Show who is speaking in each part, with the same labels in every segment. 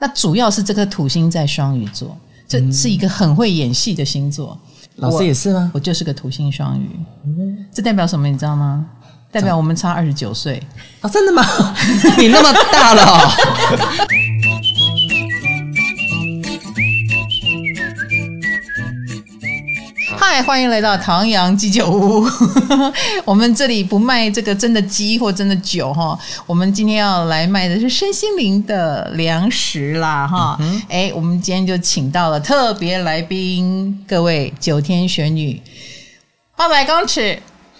Speaker 1: 那主要是这个土星在双鱼座，这是一个很会演戏的星座。
Speaker 2: 老
Speaker 1: 我
Speaker 2: 师也嗯是吗？
Speaker 1: 我就是个土星双鱼，这代表什么？你知道吗？代表我们差二十九岁。
Speaker 2: 啊，真的吗？ 你那么大了哦、
Speaker 1: 嗨，欢迎来到唐阳鸡酒屋。 我们这里不卖这个真的鸡或真的酒哈，我们今天要来卖的是身心灵的粮食啦哈。哎、我们今天就请到了特别来宾，各位九天玄女，八百公尺，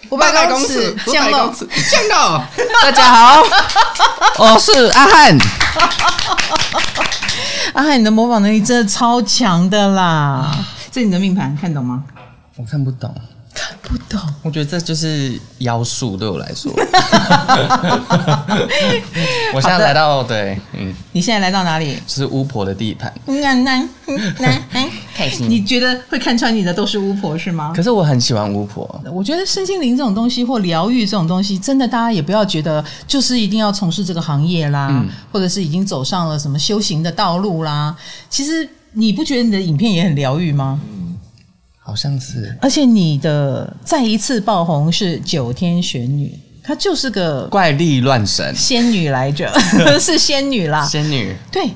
Speaker 1: 五百公尺，哦降落。
Speaker 2: 降落。大家好，我是阿汉。
Speaker 1: 阿哎汉，你的模仿能力真的超强的啦！这是你的命盘，看懂吗？
Speaker 2: 我看不懂，
Speaker 1: 看不懂。
Speaker 2: 我觉得这就是妖术对我来 说。 我现在来到对，嗯，
Speaker 1: 你现在来到哪里？
Speaker 2: 就是巫婆的地盘。
Speaker 1: 嗯啊那嗯那嗯，
Speaker 2: 开心
Speaker 1: 你觉得会看穿你的都是巫婆是吗
Speaker 2: 可？是我很喜欢巫婆，
Speaker 1: 我觉得身心灵这种东西或疗愈这种东西，真的大家也不要觉得就是一定要从事这个行业啦，
Speaker 2: 嗯
Speaker 1: 或者是已经走上了什么修行的道路啦。其实你不觉得你的影片也很疗愈吗？
Speaker 2: 好像是
Speaker 1: 而且你的再一次爆红是九天玄女，她就是个
Speaker 2: 怪力乱神
Speaker 1: 仙女来着， 是仙女啦。
Speaker 2: 仙女。
Speaker 1: 对，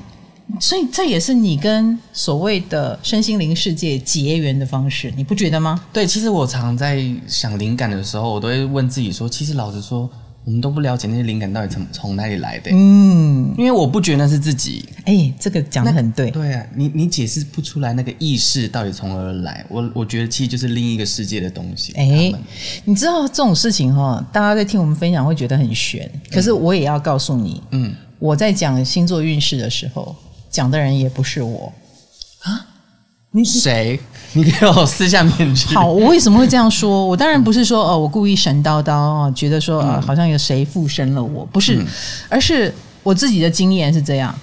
Speaker 1: 所以这也是你跟所谓的身心灵世界结缘的方式，你不觉得吗？
Speaker 2: 对，其实我常在想灵感的时候，我都会问自己说，其实老实说，我们都不了解那些灵感到底从从哪里来的、
Speaker 1: 嗯，
Speaker 2: 因为我不觉得那是自己。
Speaker 1: 哎、这个讲的很对。
Speaker 2: 对啊，你你解释不出来那个意识到底从何而来。我我觉得其实就是另一个世界的东西。
Speaker 1: 哎、
Speaker 2: 他们
Speaker 1: 你知道这种事情哈、大家在听我们分享会觉得很悬，可是我也要告诉你，
Speaker 2: 嗯，
Speaker 1: 我在讲星座运势的时候，讲的人也不是我。
Speaker 2: 你谁？ 你给我撕下面 具。
Speaker 1: 好，，我为什么会这样说？我当然不是说哦，我故意神叨叨哦，觉得说、呃、好像有谁附身了我，不是，而是我自己的经验是这样。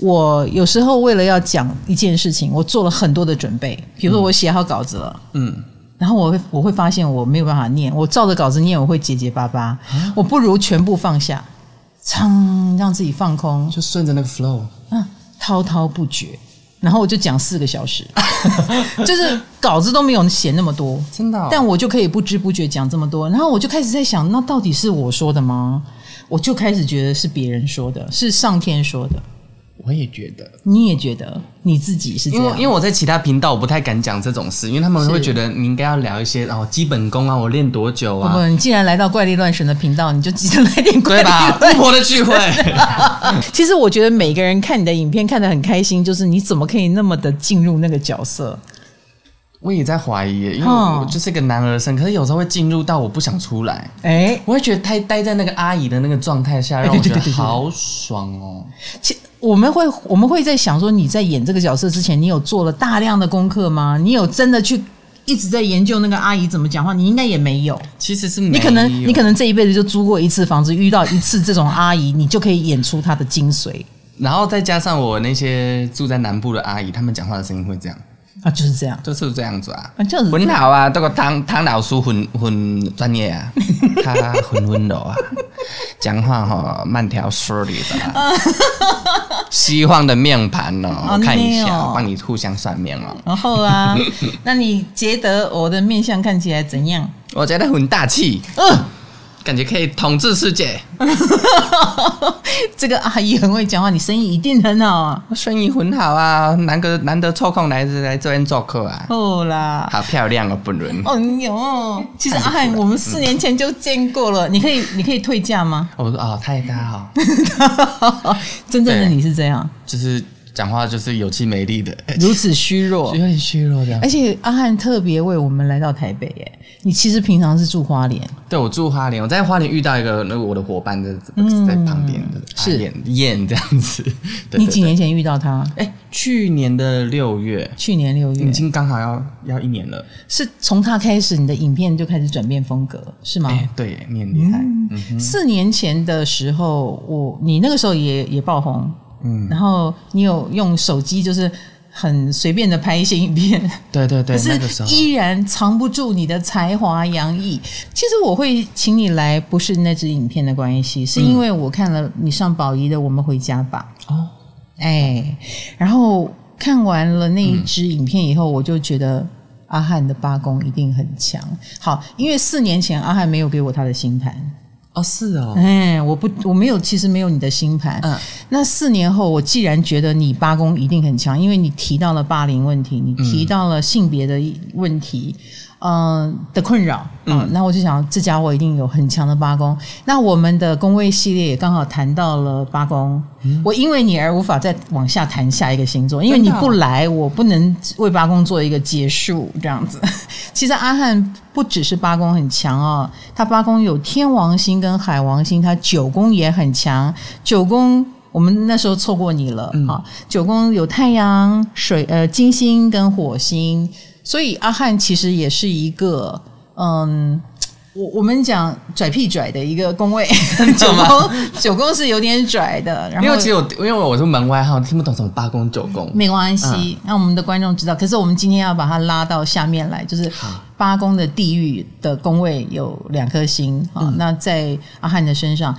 Speaker 1: 我有时候为了要讲一件事情，我做了很多的准备，比如说我写好稿子了。
Speaker 2: 嗯，
Speaker 1: 然后我会我会发现我没有办法念，我照着稿子念我会结结巴巴，我不如全部放下，噌让自己放空，
Speaker 2: 就顺着那个 flow。
Speaker 1: 嗯，滔滔不绝，然后我就讲四个小时， 就是稿子都没有写那么多，
Speaker 2: 真的哦
Speaker 1: 但我就可以不知不觉讲这么多，然后我就开始在想，那到底是我说的吗？我就开始觉得是别人说的，是上天说的。
Speaker 2: 我也觉得，
Speaker 1: 你也觉得你自己是这
Speaker 2: 因为
Speaker 1: 样？
Speaker 2: 因为我在其他频道我不太敢讲这种事，因为他们会
Speaker 1: 是
Speaker 2: 觉得你应该要聊一些哦基本功啊，我练多久
Speaker 1: 不
Speaker 2: 啊，
Speaker 1: 不，你既然来到怪力乱神的频道，你就记得来点怪
Speaker 2: 对
Speaker 1: 力
Speaker 2: 吧？
Speaker 1: 乱
Speaker 2: 巫婆的聚会，
Speaker 1: 其实我觉得每个人看你的影片看得很开心，就是你怎么可以那么的进入那个角色？
Speaker 2: 我也在怀疑耶，因为
Speaker 1: 哦
Speaker 2: 我我就是个男儿身，可是有时候会进入到我不想出来，
Speaker 1: 哎，
Speaker 2: 我会觉得待待在那个阿姨的那个状态下，让我觉
Speaker 1: 对对对
Speaker 2: 得
Speaker 1: 对对
Speaker 2: 好爽哦。
Speaker 1: 其我们会我们会在想说，你在演这个角色之前，你有做了大量的功课吗？你有真的去一直在研究那个阿姨怎么讲话？你应该也没有。
Speaker 2: 其实是没有哦
Speaker 1: 你可能你可能这一辈子就租过一次房子，遇到一次这种阿姨，你就可以演出她的精髓
Speaker 2: 然后再加上我那些住在南部的阿姨，她们讲话的声音会这样，
Speaker 1: 啊，就是这样。
Speaker 2: 就是这样子啊。
Speaker 1: 啊，就是
Speaker 2: 很好啊，这个汤汤老师很很专业啊，他很温柔 啊，讲话哈、慢条斯理的啊、西方的面盘哦，
Speaker 1: 嗯哦
Speaker 2: 我看一下，
Speaker 1: 没有
Speaker 2: 我帮你互相算命哦。
Speaker 1: 然后啊，那你觉得我的面相看起来怎样？
Speaker 2: 我觉得很大气，
Speaker 1: 嗯、
Speaker 2: 感觉可以统治世界。
Speaker 1: 这个阿姨很会讲话，你生意一定很好啊。
Speaker 2: 生意很好啊，难得难得抽空来来这边做客啊，
Speaker 1: 哦啦，
Speaker 2: 好漂亮哦，本人。
Speaker 1: 哦哟，其实阿汉我们四年前就见过了，你可以你可以退价吗？
Speaker 2: 我说哦，太大好，
Speaker 1: 真正的
Speaker 2: 对
Speaker 1: 你是这样，
Speaker 2: 就是讲话就是有气没力的，哎
Speaker 1: 如此虚弱
Speaker 2: 有。点虚弱这样
Speaker 1: 而。且阿汉特别为我们来到台北耶，你其实平常是住花莲，
Speaker 2: 对，我住花莲，我在花莲遇到一个那个我的伙伴在在旁边的，
Speaker 1: 是
Speaker 2: 啊燕燕这样 子。对
Speaker 1: 你
Speaker 2: 对
Speaker 1: 几年前遇到他，
Speaker 2: 哎、去年的六月，
Speaker 1: 去年六月
Speaker 2: 已，经刚好要要一年了。
Speaker 1: 是从他开始，你的影片就开始转变风格，是吗？
Speaker 2: 哎、对耶，你很厉害。嗯
Speaker 1: 四年前的时候，我你那个时候也也爆红，嗯，然后你有用手机就是很随便的拍一些影片，
Speaker 2: 对对对，
Speaker 1: 可
Speaker 2: 那个时
Speaker 1: 是
Speaker 2: 候
Speaker 1: 依然藏不住你的才华洋溢。其实我会请你来，不
Speaker 2: 嗯
Speaker 1: 是那支影片的关系，是因为我看了你上宝仪的《我们回家吧》
Speaker 2: 哦，
Speaker 1: 哎，然后看完了那一支影片以后，我就觉得阿汉的八公一定很强。好，因为四年前阿汉没有给我他的星盘，
Speaker 2: 哦，是哦，
Speaker 1: 哎，我不，我没有，其实没有你的星盘。
Speaker 2: 嗯
Speaker 1: 那四年后，我既然觉得你八公一定很强，因为你提到了霸凌问题，你提到了性别的问题，嗯、的困扰，嗯、那我就想这家伙一定有很强的八公。那我们的宫位系列也刚好谈到了八公，我因为你而无法再往下谈下一个星座，因为
Speaker 2: 嗯真
Speaker 1: 你
Speaker 2: 的哦
Speaker 1: 不来，我不能为八公做一个结束，这样子。其实阿汉不只是八宫很强哦，他八宫有天王星跟海王星，他九宫也很强。九宫我们那时候错过你了啊、九宫有太阳、水、呃金星跟火星，所以阿汉其实也是一个嗯。我我们讲拽屁拽的一个宫位，九
Speaker 2: 的吗
Speaker 1: 宫九宫是有点拽的，然
Speaker 2: 因
Speaker 1: 后
Speaker 2: 为其实我因为我是门外汉，我听不懂什么八公九公。
Speaker 1: 没关系，让、我们的观众知道。可是我们今天要把它拉到下面来，就是八宫的地狱的宫位有两颗星啊、那在阿汉的身上，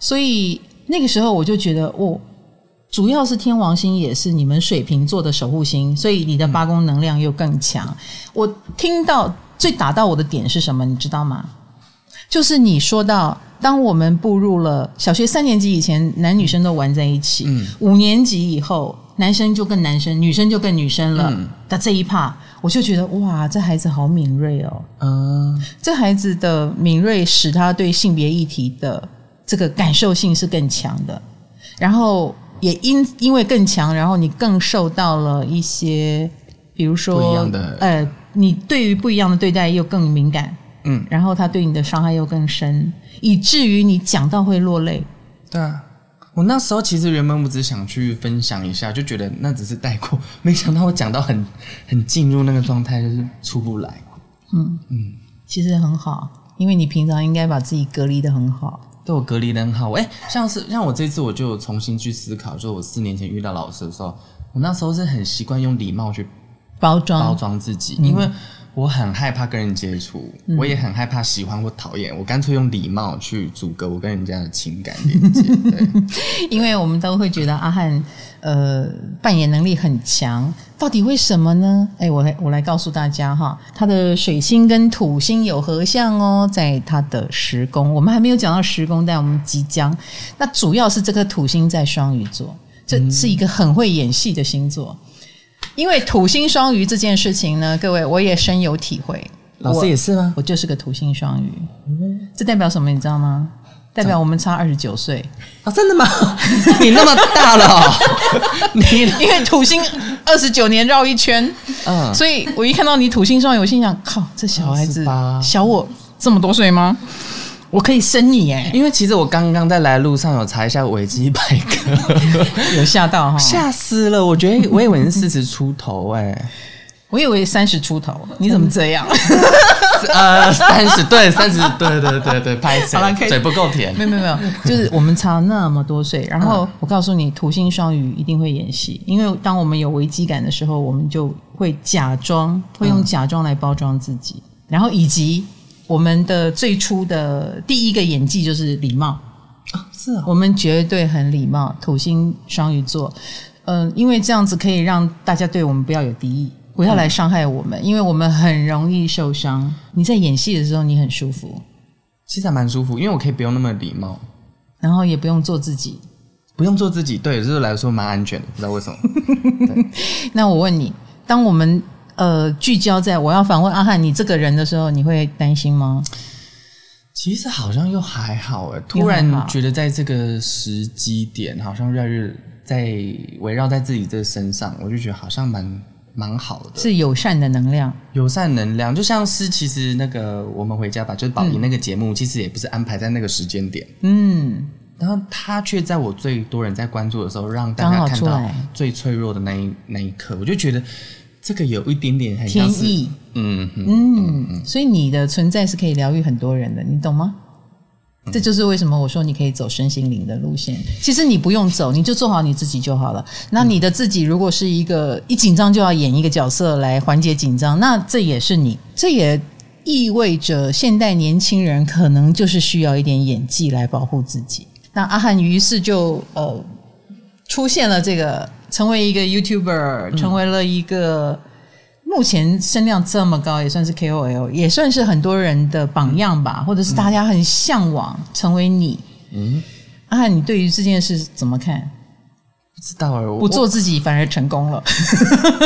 Speaker 1: 所以那个时候我就觉得，哦，主要是天王星也是你们水瓶座的守护星，所以你的八宫能量又更强。我听到最打到我的点是什么，你知道吗？就是你说到，当我们步入了小学三年级以前，男女生都玩在一起；
Speaker 2: 嗯
Speaker 1: 五年级以后，男生就跟男生，女生就跟女生了
Speaker 2: 嗯
Speaker 1: 的这一趴，我就觉得哇，这孩子好敏锐哦！
Speaker 2: 嗯，
Speaker 1: 这孩子的敏锐使他对性别议题的这个感受性是更强的，然后也因因为更强，然后你更受到了一些，比如说
Speaker 2: 不一样的
Speaker 1: 呃，你对于不一样的对待又更敏感，
Speaker 2: 嗯，
Speaker 1: 然后他对你的伤害又更深，以至于你讲到会落泪。
Speaker 2: 对啊。我那时候其实原本我只想去分享一下，就觉得那只是带过，没想到我讲到很很进入那个状态，就是出不来。
Speaker 1: 其实很好，因为你平常应该把自己隔离的很好。
Speaker 2: 对我隔离的很好。哎、像是像我这次我就有重新去思考，就是我四年前遇到老师的时候，我那时候是很习惯用礼貌去
Speaker 1: 包
Speaker 2: 包
Speaker 1: 装，
Speaker 2: 装自己，因为我很害怕跟人接触，我也很害怕喜欢或讨厌，我干脆用礼貌去阻隔我跟人家的情感连 接。对，
Speaker 1: 因为我们都会觉得阿汉呃扮演能力很强，到底为什么呢？哎，我来我来告诉大家哈，他的水星跟土星有合相哦，在他的十宫，我们还没有讲到十宫，但我们即将。那主要是这颗土星在双鱼座，这是一个很会演戏的星座。因为土星双鱼这件事情呢，各位我也深有体会。
Speaker 2: 老
Speaker 1: 我
Speaker 2: 师也是吗？
Speaker 1: 我就是个土星双鱼，这代表什么？你知道吗？代表我们差二十九岁，
Speaker 2: 啊，真的吗？ 你那么大了哦、 你
Speaker 1: 因为土星二十九年绕一圈，
Speaker 2: 嗯，
Speaker 1: 所以我一看到你土星双鱼，我心想：靠，这小孩子
Speaker 2: 28
Speaker 1: 小我这么多岁吗？我可以生你 哎、
Speaker 2: 因为其实我刚刚在来的路上有查一下维基百科，
Speaker 1: 有吓到哈！
Speaker 2: 吓死了！我觉得我以为你是四十出头哎、
Speaker 1: 我以为三十出头，你怎么这样？
Speaker 2: 呃，三十对，三十对对对对，拍手
Speaker 1: 好了可以
Speaker 2: 嘴不够甜
Speaker 1: 没。有没有没有，就是我们差那么多岁。然
Speaker 2: 嗯
Speaker 1: 后我告诉你，土星双鱼一定会演戏，因为当我们有危机感的时候，我们就会假装，会用假装来包装自己，然后以及我们的最初的第一个演技就是礼貌，
Speaker 2: 是啊，
Speaker 1: 我们绝对很礼貌。土星双鱼座，嗯、因为这样子可以让大家对我们不要有敌意。不要来伤害我们，因为我们很容易受伤。你在演戏的时候，你很舒服，
Speaker 2: 其实还蛮舒服，因为我可以不用那么礼貌，
Speaker 1: 然后也不用做自己，
Speaker 2: 不用做自己，对，就是来说蛮安全的，不知道为什么。
Speaker 1: 那我问你，当我们呃聚焦在我要访问阿汉你这个人的时候，你会担心吗？
Speaker 2: 其实好像又还好哎，突然
Speaker 1: 又还好
Speaker 2: 觉得在这个时机点，好像越来越在围绕在自己这身上，我就觉得好像蛮蛮好的。
Speaker 1: 是友善的能量，
Speaker 2: 友善能量，就像是其实那个我们回家吧，就是宝仪那个节目，其实也不是安排在那个时间点，
Speaker 1: 嗯，
Speaker 2: 然后他却在我最多人在关注的时候，让大
Speaker 1: 刚
Speaker 2: 家
Speaker 1: 好
Speaker 2: 看
Speaker 1: 出
Speaker 2: 到
Speaker 1: 来
Speaker 2: 最脆弱的那一那一刻，我就觉得这个有一点点很
Speaker 1: 天
Speaker 2: 像是，
Speaker 1: 意，
Speaker 2: 嗯哼，
Speaker 1: 嗯，所以你的存在是可以疗愈很多人的，你懂吗？这就是为什么我说你可以走身心灵的路线。其实你不用走，你就做好你自己就好了。那你的自己如果是一个一紧张就要演一个角色来缓解紧张，那这也是你，这也意味着现代年轻人可能就是需要一点演技来保护自己。那阿汉于是就呃出现了这个，成为一个 YouTuber，成为了一个目前声量这么高，也算是 KOL，也算是很多人的榜样吧，或者是大家很向往成为你。嗯，啊，你对于这件事怎么看？
Speaker 2: 不知道哎，我
Speaker 1: 不做欸自己反而成功了，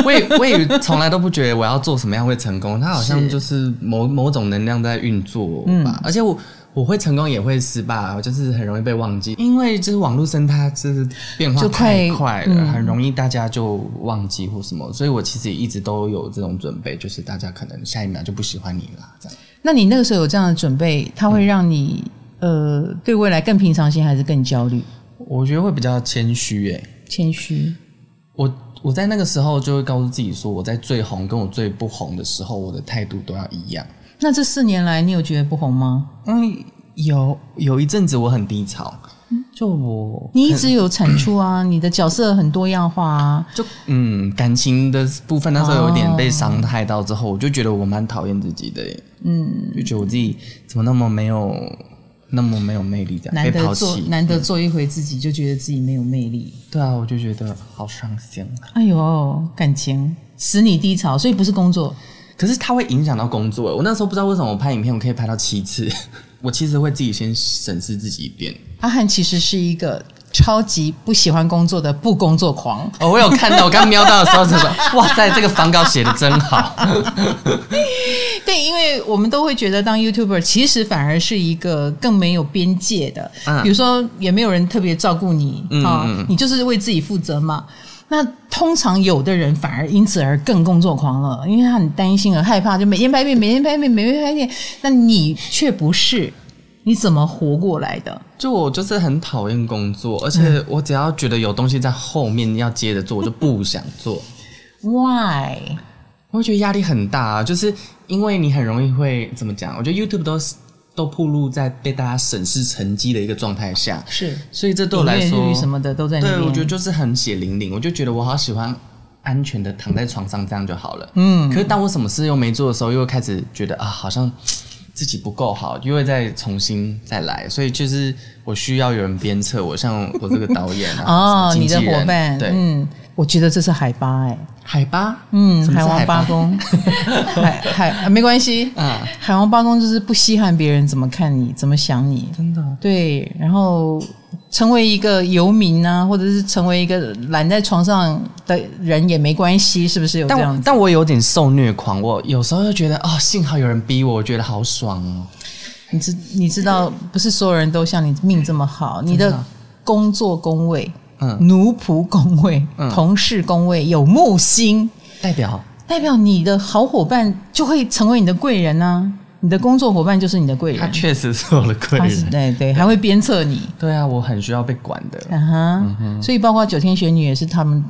Speaker 2: 我也我也从来都不觉得我要做什么样会成功，它好像就是嗯某某种能量在运作吧。而且我我会成功也会失败，我就是很容易被忘记，因为就是网络生态就是变化
Speaker 1: 就
Speaker 2: 太
Speaker 1: 快
Speaker 2: 快了，
Speaker 1: 嗯
Speaker 2: 很容易大家就忘记或什么。所以我其实一直都有这种准备，就是大家可能下一秒就不喜欢你啦，这样。
Speaker 1: 那你那个时候有这样的准备，它会让你、
Speaker 2: 嗯
Speaker 1: 呃对未来更平常心，还是更焦虑、
Speaker 2: 我觉得会比较谦虚诶、
Speaker 1: 谦虚？
Speaker 2: 我我在那个时候就会告诉自己说，我在最红跟我最不红的时候，我的态度都要一样。
Speaker 1: 那这四年来，你有觉得不红吗？
Speaker 2: 嗯，有有一阵子我很低潮，就我
Speaker 1: 你一直有产出啊，你的角色很多样化啊，
Speaker 2: 嗯就嗯感情的部分，那时候有点被伤害到之后，我就觉得我蛮讨厌自己的耶，嗯，就觉得我自己怎么那么没有那么没有魅力这样，
Speaker 1: 难
Speaker 2: 被
Speaker 1: 得
Speaker 2: 抛
Speaker 1: 做
Speaker 2: 弃，嗯
Speaker 1: 难得做一回自己，就觉得自己没有魅力。
Speaker 2: 对啊，我就觉得好伤心啊。
Speaker 1: 哎呦，感情使你低潮，所以不是工作。
Speaker 2: 可是它会影响到工作，我那时候不知道为什么我拍影片我可以拍到七次， 我其实会自己先审视自己一遍。
Speaker 1: 阿汉其实是一个超级不喜欢工作的不工作狂。
Speaker 2: 哦，我有看到，我刚瞄到的时候 就说，哇塞，这个方稿写的真好。
Speaker 1: 对，因为我们都会觉得当 YouTuber 其实反而是一个更没有边界的，
Speaker 2: 嗯
Speaker 1: 比如说也没有人特别照顾你
Speaker 2: 嗯
Speaker 1: 啊、
Speaker 2: 嗯嗯
Speaker 1: 你就是为自己负责嘛。那通常有的人反而因此而更工作狂了，因为他很担心和害怕，就每天拍片，每天拍片，每天拍片。那你却不是，你怎么活过来的？
Speaker 2: 就我就是很讨厌工作，而
Speaker 1: 嗯
Speaker 2: 且我只要觉得有东西在后面要接着做，我就不想做。
Speaker 1: Why？
Speaker 2: 我会觉得压力很大、啊，就是因为你很容易会怎么讲？我觉得 YouTube 都是都暴露在被大家审视成绩的一个状态下，
Speaker 1: 是
Speaker 2: 所以这对我来
Speaker 1: 订阅
Speaker 2: 说
Speaker 1: 率，什么的都在那
Speaker 2: 对
Speaker 1: 边。
Speaker 2: 我觉得就是很血淋淋。我就觉得我好喜欢安全的躺在床上这样就好了。
Speaker 1: 嗯
Speaker 2: 可是当我什么事又没做的时候，又开始觉得啊，好像自己不够好，又会再重新再来。所以就是我需要有人鞭策我，像我这个导演 啊，
Speaker 1: 哦，
Speaker 2: 什么
Speaker 1: 你
Speaker 2: 经纪
Speaker 1: 的
Speaker 2: 人
Speaker 1: 伙伴，
Speaker 2: 对，
Speaker 1: 嗯，我觉得这是海巴哎、
Speaker 2: 海巴，
Speaker 1: 嗯，
Speaker 2: 什么
Speaker 1: 海
Speaker 2: 是
Speaker 1: 王
Speaker 2: 海
Speaker 1: 八
Speaker 2: 巴
Speaker 1: 公， 海海、啊没关系，
Speaker 2: 啊，
Speaker 1: 海王八公就是不稀罕别人怎么看你，怎么想你，
Speaker 2: 真的。
Speaker 1: 对，然后成为一个游民啊，或者是成为一个懒在床上的人也没关系，是不是有这
Speaker 2: 但
Speaker 1: 样
Speaker 2: 我
Speaker 1: 子？
Speaker 2: 但我有点受虐狂，我有时候就觉得哦，幸好有人逼我，我觉得好爽哦。
Speaker 1: 你知你知道，不是所有人都像你命这么好，你
Speaker 2: 真
Speaker 1: 的
Speaker 2: 的
Speaker 1: 工作工位、
Speaker 2: 嗯，
Speaker 1: 奴仆工位、
Speaker 2: 嗯
Speaker 1: 同事工位有木星，
Speaker 2: 代表
Speaker 1: 代表你的好伙伴就会成为你的贵人啊，你的工作伙伴就是你的贵
Speaker 2: 他
Speaker 1: 人，
Speaker 2: 确实是我的贵
Speaker 1: 他是
Speaker 2: 人。
Speaker 1: 对对，还会鞭策你，
Speaker 2: 对啊，我很需要被管的。
Speaker 1: 啊哈，所以包括九天玄女也是他们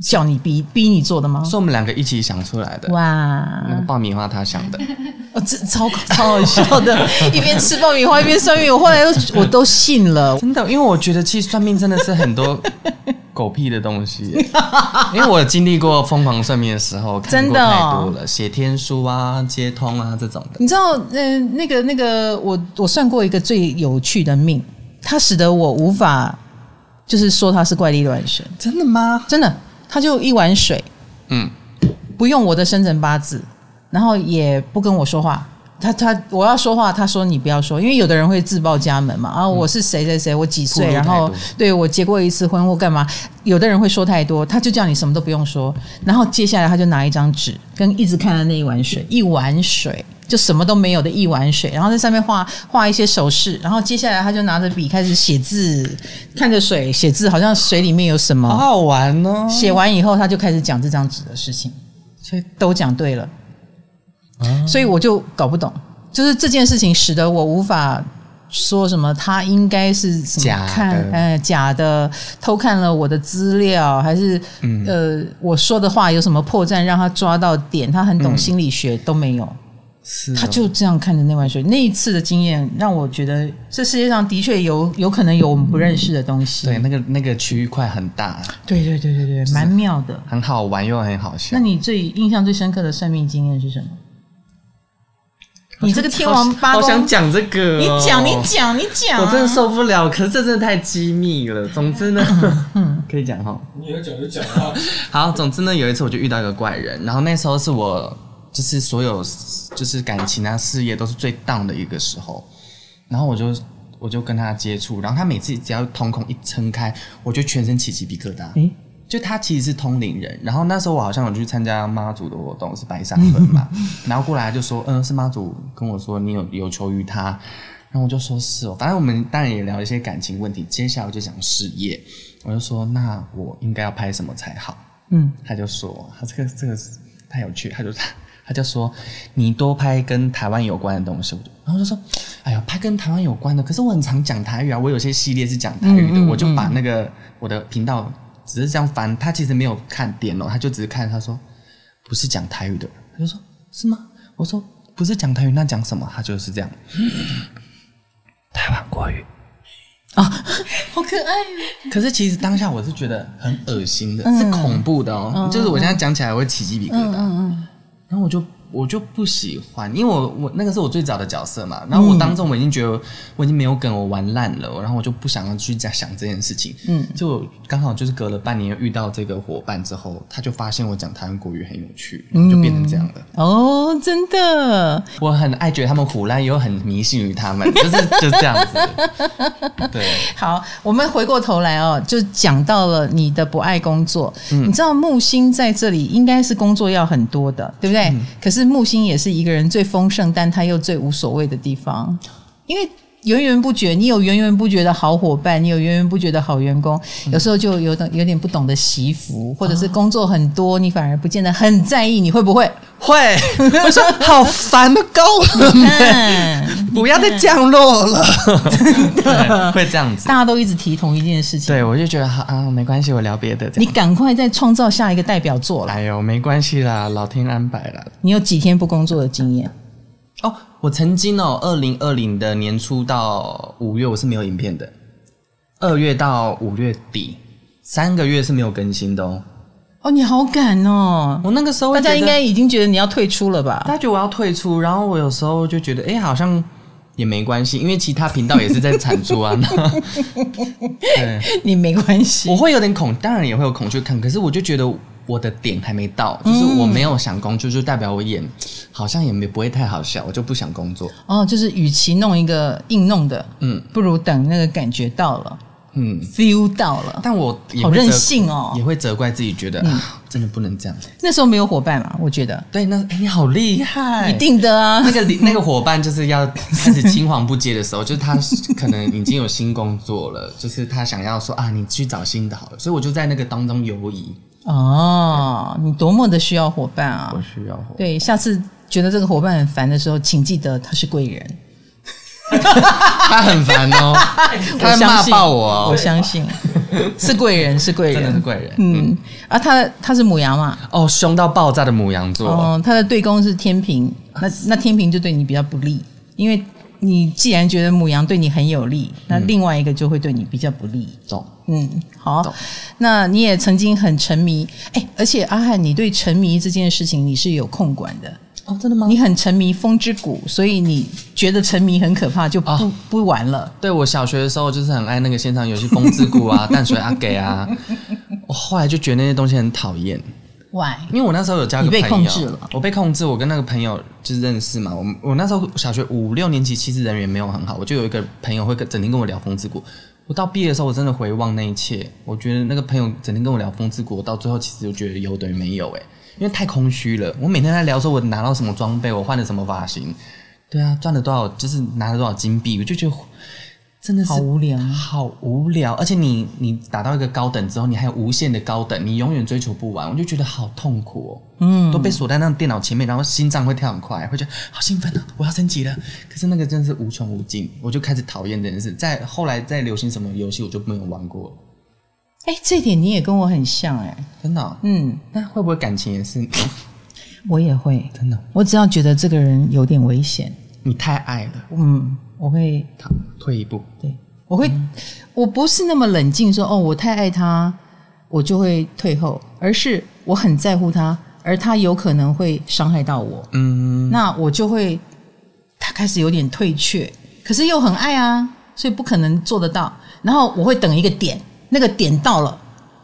Speaker 1: 叫你逼逼你做的吗？
Speaker 2: 是我们两个一起想出来的。
Speaker 1: 哇，
Speaker 2: 那个爆米花他想的，
Speaker 1: 哦，这超超好笑的， 一边吃爆米花一边算命，我后来都我都信了，
Speaker 2: 真的，因为我觉得其实算命真的是很多 狗屁的东西耶， 因为我有经历过疯狂算命的时候，看
Speaker 1: 真
Speaker 2: 过
Speaker 1: 的
Speaker 2: 太
Speaker 1: 哦
Speaker 2: 多了，写天书啊、接通啊这种的。
Speaker 1: 你知道，呃，那个那个，我我算过一个最有趣的命，它使得我无法就是说它是怪力乱神，
Speaker 2: 真的吗？
Speaker 1: 真的，它就一碗水，
Speaker 2: 嗯，
Speaker 1: 不用我的生辰八字，然后也不跟我说话。他他我要说话，他说你不要说，因为有的人会自报家门嘛。啊，我是谁谁谁，我几
Speaker 2: 暴
Speaker 1: 岁，
Speaker 2: 露
Speaker 1: 然
Speaker 2: 嗯太
Speaker 1: 后
Speaker 2: 多
Speaker 1: 对我结过一次婚或干嘛，有的人会说太多，他就叫你什么都不用说。然后接下来他就拿一张纸，跟一直看着那一碗水，一碗水就什么都没有的一碗水，然后在上面画画一些手势，然后接下来他就拿着笔开始写字，看着水写字，好像水里面有什么。
Speaker 2: 好好玩哦。
Speaker 1: 写完以后，他就开始讲这张纸的事情，所以都讲对了，
Speaker 2: 啊
Speaker 1: 所以我就搞不懂，就是这件事情使得我无法说什么，他应该是什
Speaker 2: 假
Speaker 1: 么
Speaker 2: 的
Speaker 1: 看呃假的偷看了我的资料，还是、
Speaker 2: 嗯
Speaker 1: 呃我说的话有什么破绽让他抓到点，他很懂心理学、都没有，
Speaker 2: 嗯是哦
Speaker 1: 他就这样看着那碗水。那一次的经验让我觉得，这世界上的确有有可能有我们不认识的东西。
Speaker 2: 对那个那个区域块很大，
Speaker 1: 对对对对对，蛮妙的。
Speaker 2: 很好玩又很好笑
Speaker 1: 那。你最印象最深刻的算命经验是什么？你这个天王八
Speaker 2: 好
Speaker 1: 公，
Speaker 2: 想讲这个、哦
Speaker 1: 你讲，你，讲，你讲、啊，
Speaker 2: 我真的受不了。可是这真的太机密了。总之呢，可以讲哈。
Speaker 3: 你要讲就讲啊，
Speaker 2: 好，总之呢，有一次我就遇到一个怪人，然后那时候是我就是所有就是感情啊、事业都是最 down 的一个时候，然后我就我就跟他接触，然后他每次只要瞳孔一撑开，我就全身起鸡皮疙瘩。
Speaker 1: 诶
Speaker 2: 就他其实是通灵人，然后那时候我好像有去参加妈祖的活动，是白沙屯嘛，然后过来就说，嗯，是妈祖跟我说你有有求于他，然后我就说是哦，反正我们当然也聊一些感情问题，接下来我就讲事业，我就说那我应该要拍什么才好，
Speaker 1: 嗯，
Speaker 2: 他就说他这个这个是太有趣，他就 他就说你多拍跟台湾有关的东西，我就然后就说哎呀拍跟台湾有关的，可是我很常讲台语啊，我有些系列是讲台语的，
Speaker 1: 嗯嗯
Speaker 2: 我就把那个我的频道只是这样翻，他其实没有看点哦，他就只是看他说不是讲台语的，他就说是吗？我说不是讲台语，那讲什么？他就是这样，台湾国语。
Speaker 1: 好可爱哦、
Speaker 2: 可是其实当下我是觉得很恶心的，是恐怖的哦，就是我现在讲起来我会起鸡皮疙
Speaker 1: 嗯
Speaker 2: 瘩。然后我就我就不喜欢，因为我我那个是我最早的角色嘛，然后我当中我已经觉得我已经没有梗，我玩烂了，然后我就不想要去再想这件事情。
Speaker 1: 嗯，
Speaker 2: 就刚好就是隔了半年遇到这个伙伴之后，他就发现我讲台湾国语很有趣，然后就变成这样的。
Speaker 1: 哦，真的，
Speaker 2: 我很爱觉得他们胡乱，又很迷信于他 们，就是就是这样子。对，
Speaker 1: 好，我们回过头来哦，就讲到了你的不爱工作。你知道木星在这里应该是工作要很多的，对不对？可是木星也是一个人最丰盛，但他又最无所谓的地方，因为。源源不绝，你有源源不绝的好伙伴，你有源源不绝的好员工，有时候就有点有点不懂得惜福，或者是工作很多，你反而不见得很在意，你会不会？
Speaker 2: 会，我说好烦的，够 了
Speaker 1: 嗯，
Speaker 2: 不要再降落了， 对会这样子
Speaker 1: 大。家都一直提同一件事情，
Speaker 2: 对，我就觉得好啊，没关系，我聊别的。
Speaker 1: 你赶快再创造下一个代表作来。
Speaker 2: 哎呦，没关系啦，老天安排啦。
Speaker 1: 你有几天不工作的经验？
Speaker 2: 哦，我曾经哦，二零二零的年初到五月，我是没有影片的。二月到五月底，三个月是没有更新的哦。
Speaker 1: 哦，你好赶哦！
Speaker 2: 我那个时候会
Speaker 1: 大家
Speaker 2: 觉得
Speaker 1: 应该，已经觉得你要退出了
Speaker 2: 大
Speaker 1: 吧？
Speaker 2: 家觉得我要退出，然后我有时候就觉得，哎、好像也没关系，因为其他频道也是在产出啊。 那对，
Speaker 1: 你没关系
Speaker 2: 我，会有点恐，当然也会有恐惧感，可是我就觉得我的点还没到，
Speaker 1: 嗯
Speaker 2: 就是我没有想工作，就代表我演好像也没不会太好笑，我就不想工作。
Speaker 1: 哦，就是与其弄一个硬弄的，
Speaker 2: 嗯
Speaker 1: 不如等那个感觉到了
Speaker 2: 嗯，
Speaker 1: ，feel 到了。
Speaker 2: 但我也
Speaker 1: 好
Speaker 2: 会责
Speaker 1: 任性哦
Speaker 2: 也会责怪自己，觉得、啊，真的不能这样。
Speaker 1: 那时候没有伙伴嘛，我觉得
Speaker 2: 对，那、哎你好厉害，
Speaker 1: 一定的 啊
Speaker 2: 那。个那个伙伴就是要开始青黄不接的时候， 就是他可能已经有新工作了，就是他想要说啊，你去找新的好了，所以我就在那个当中游移。
Speaker 1: 哦，你多么的需要伙伴啊！
Speaker 2: 需要火
Speaker 1: 对，下次觉得这个伙伴很烦的时候，请记得他是贵人。
Speaker 2: 他很烦 哦，他
Speaker 1: 我
Speaker 2: 会
Speaker 1: 相
Speaker 2: 骂
Speaker 1: 信
Speaker 2: 爆我哦，
Speaker 1: 我相 信是贵人，是贵
Speaker 2: 真的是
Speaker 1: 人。
Speaker 2: 贵人。
Speaker 1: 嗯，啊，他他是母羊嘛，
Speaker 2: 哦，凶到爆炸的母羊座，
Speaker 1: 哦，他的对宫是天平，那那天平就对你比较不利，因为你既然觉得母羊对你很有利，那另外一个就会对你比较不利。
Speaker 2: 懂？
Speaker 1: 嗯，好
Speaker 2: 懂，
Speaker 1: 那你也曾经很沉迷，哎、而且阿汉，你对沉迷这件事情你是有控管的，
Speaker 2: 哦，真的吗
Speaker 1: 你很沉迷《风之谷》，所以你觉得沉迷很可怕，就不、
Speaker 2: 啊
Speaker 1: 不玩了。
Speaker 2: 对我小学的时候就是很爱那个线上游戏《风之谷》啊，《淡水阿给》啊，我后来就觉得那些东西很讨厌，
Speaker 1: Why？
Speaker 2: 因为我那时候有交一个
Speaker 1: 你被
Speaker 2: 朋友，
Speaker 1: 控制了
Speaker 2: 我被控制，我跟那个朋友就是认识嘛，我们我那时候小学五六年级，其实人缘没有很好，我就有一个朋友会跟整天跟我聊《风之谷》。我到毕业的时候，我真的回望那一切，我觉得那个朋友整天跟我聊《风之谷》，我到最后其实就觉得有等于没有哎、因为太空虚了。我每天在聊说我拿到什么装备，我换了什么发型，对啊，赚了多少，就是拿了多少金币，我就觉得真的是
Speaker 1: 好无聊。
Speaker 2: 好无聊，而且你你打到一个高等之后，你还有无限的高等，你永远追求不完，我就觉得好痛苦哦。嗯，都被锁在那电脑前面，然后心脏会跳很快，会觉得好兴奋哦，我要升级了。可是那个真的是无穷无尽，我就开始讨厌这件事。在后来在流行什么游戏，我就没有玩过，
Speaker 1: 哎、这点你也跟我很像哎、
Speaker 2: 真的哦、
Speaker 1: 嗯，
Speaker 2: 那会不会感情也是
Speaker 1: 我也会，
Speaker 2: 真的？
Speaker 1: 我只要觉得这个人有点危险，
Speaker 2: 你太爱了，
Speaker 1: 嗯，我会
Speaker 2: 好退一步。
Speaker 1: 对，我会，我不是那么冷静说哦，我太爱他，我就会退后，而是我很在乎他，而他有可能会伤害到我，
Speaker 2: 嗯，
Speaker 1: 那我就会开始有点退却，可是又很爱啊，所以不可能做得到。然后我会等一个点，那个点到了，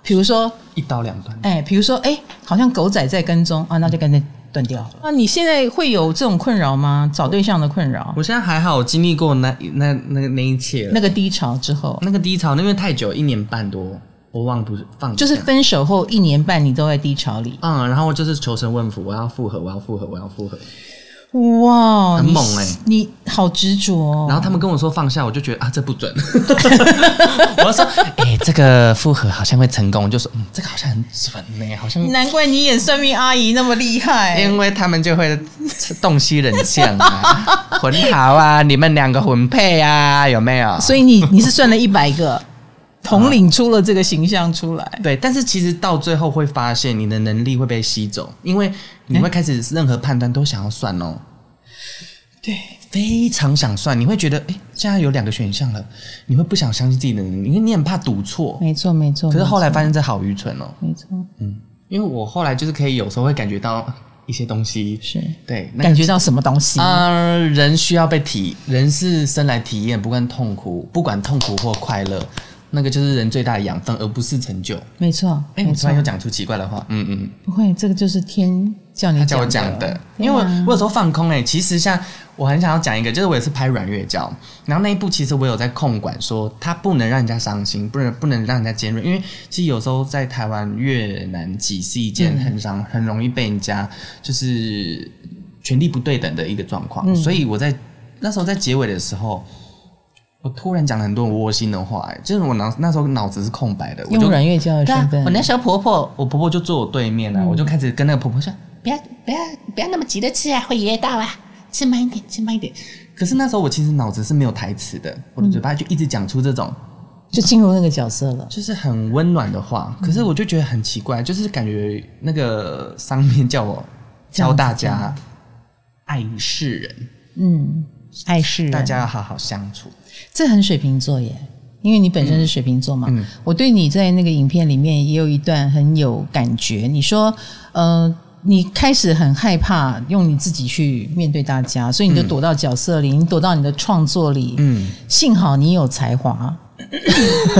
Speaker 1: 比如说，
Speaker 2: 一刀两断。
Speaker 1: 哎，比如说，哎，好像狗仔在跟踪啊，那就干脆断掉了。那、你现在会有这种困扰吗？找对象的困扰，
Speaker 2: 我现在还好，经历过那那那个那一切了
Speaker 1: 那个低潮之后，
Speaker 2: 那个低潮，因为太久，一年半多，我忘不放不
Speaker 1: 就是
Speaker 2: 下
Speaker 1: 分手后一年半，你都在低潮里。
Speaker 2: 嗯，然后我就是求神问佛，我要复合，我要复合，我要复合。
Speaker 1: 哇，
Speaker 2: 很
Speaker 1: 你
Speaker 2: 猛欸
Speaker 1: 你好执着、哦。
Speaker 2: 然后他们跟我说放下，我就觉得啊，这 不准。我要说，哎、这个复合好像会成功，我就说嗯，这个好像很准呢、好 像。
Speaker 1: 难怪你演算命阿姨那么厉害，
Speaker 2: 因为他们就会洞悉人相啊， 混好啊，你们两个混配啊，有没有？
Speaker 1: 所以你你是算了一百个，统领出了这个形象出来。
Speaker 2: 对，但是其实到最后会发现你的能力会被吸走，因为你会开始任何判断都想要算哦，
Speaker 1: 对，
Speaker 2: 非常想算，你会觉得哎，诶现在有两个选项了，你会不想相信自己的能力，因为你很怕赌错。
Speaker 1: 没错没错。
Speaker 2: 可是后
Speaker 1: 来，
Speaker 2: 来发现这好愚蠢哦，
Speaker 1: 没错
Speaker 2: 嗯，因为我后来就是可以有时候会感觉到一些东西，
Speaker 1: 是
Speaker 2: 对，那个
Speaker 1: 感觉到什么东西？
Speaker 2: 呃，人需要被体，人是生来体验，不管痛苦，不管痛苦或快乐，那个就是人最大的养分，而不是成就。
Speaker 1: 没错，
Speaker 2: 哎、
Speaker 1: 没
Speaker 2: 我突
Speaker 1: 错
Speaker 2: 然又，讲出奇怪的话，嗯嗯，
Speaker 1: 不会，这个就是天叫你
Speaker 2: 他叫我讲的，嗯因为我
Speaker 1: 啊
Speaker 2: 我有时候放空哎、其实像我很想要讲一个，就是我也是拍软月教，然后那一部其实我有在控管说，它不能让人家伤心，不能不能让人家尖锐，因为其实有时候在台湾越南籍是一件很伤、很容易被人家就是权力不对等的一个状况，所以我在那时候在结尾的时候。我突然讲了很多很窝心的话、哎就是我脑那时候脑子是空白的，我就
Speaker 1: 用阮月娇的
Speaker 2: 对啊
Speaker 1: 身份
Speaker 2: 我，那时候婆婆，我婆婆就坐我对面啊了、我就开始跟那个婆婆说：“不要不要不要那么急着吃啊，会噎到啊，吃慢一点，吃慢一点。”可是那时候我其实脑子是没有台词的，我的嘴巴就一直讲出这种
Speaker 1: 就进入那个角色了。
Speaker 2: 就是很温暖的话，可是我就觉得很奇怪，就是感觉那个上面叫我
Speaker 1: 这样
Speaker 2: 教
Speaker 1: 子
Speaker 2: 大
Speaker 1: 这
Speaker 2: 家爱世人，
Speaker 1: 嗯，爱是人
Speaker 2: 大家要好好相处。
Speaker 1: 这很水瓶座耶，因为你本身是水瓶座嘛。
Speaker 2: 嗯嗯
Speaker 1: 我对你在那个影片里面也有一段很有感觉，你说，呃。你开始很害怕用你自己去面对大家，所以你就躲到角色里，你躲到你的创作里。
Speaker 2: 嗯，
Speaker 1: 幸好你有才华，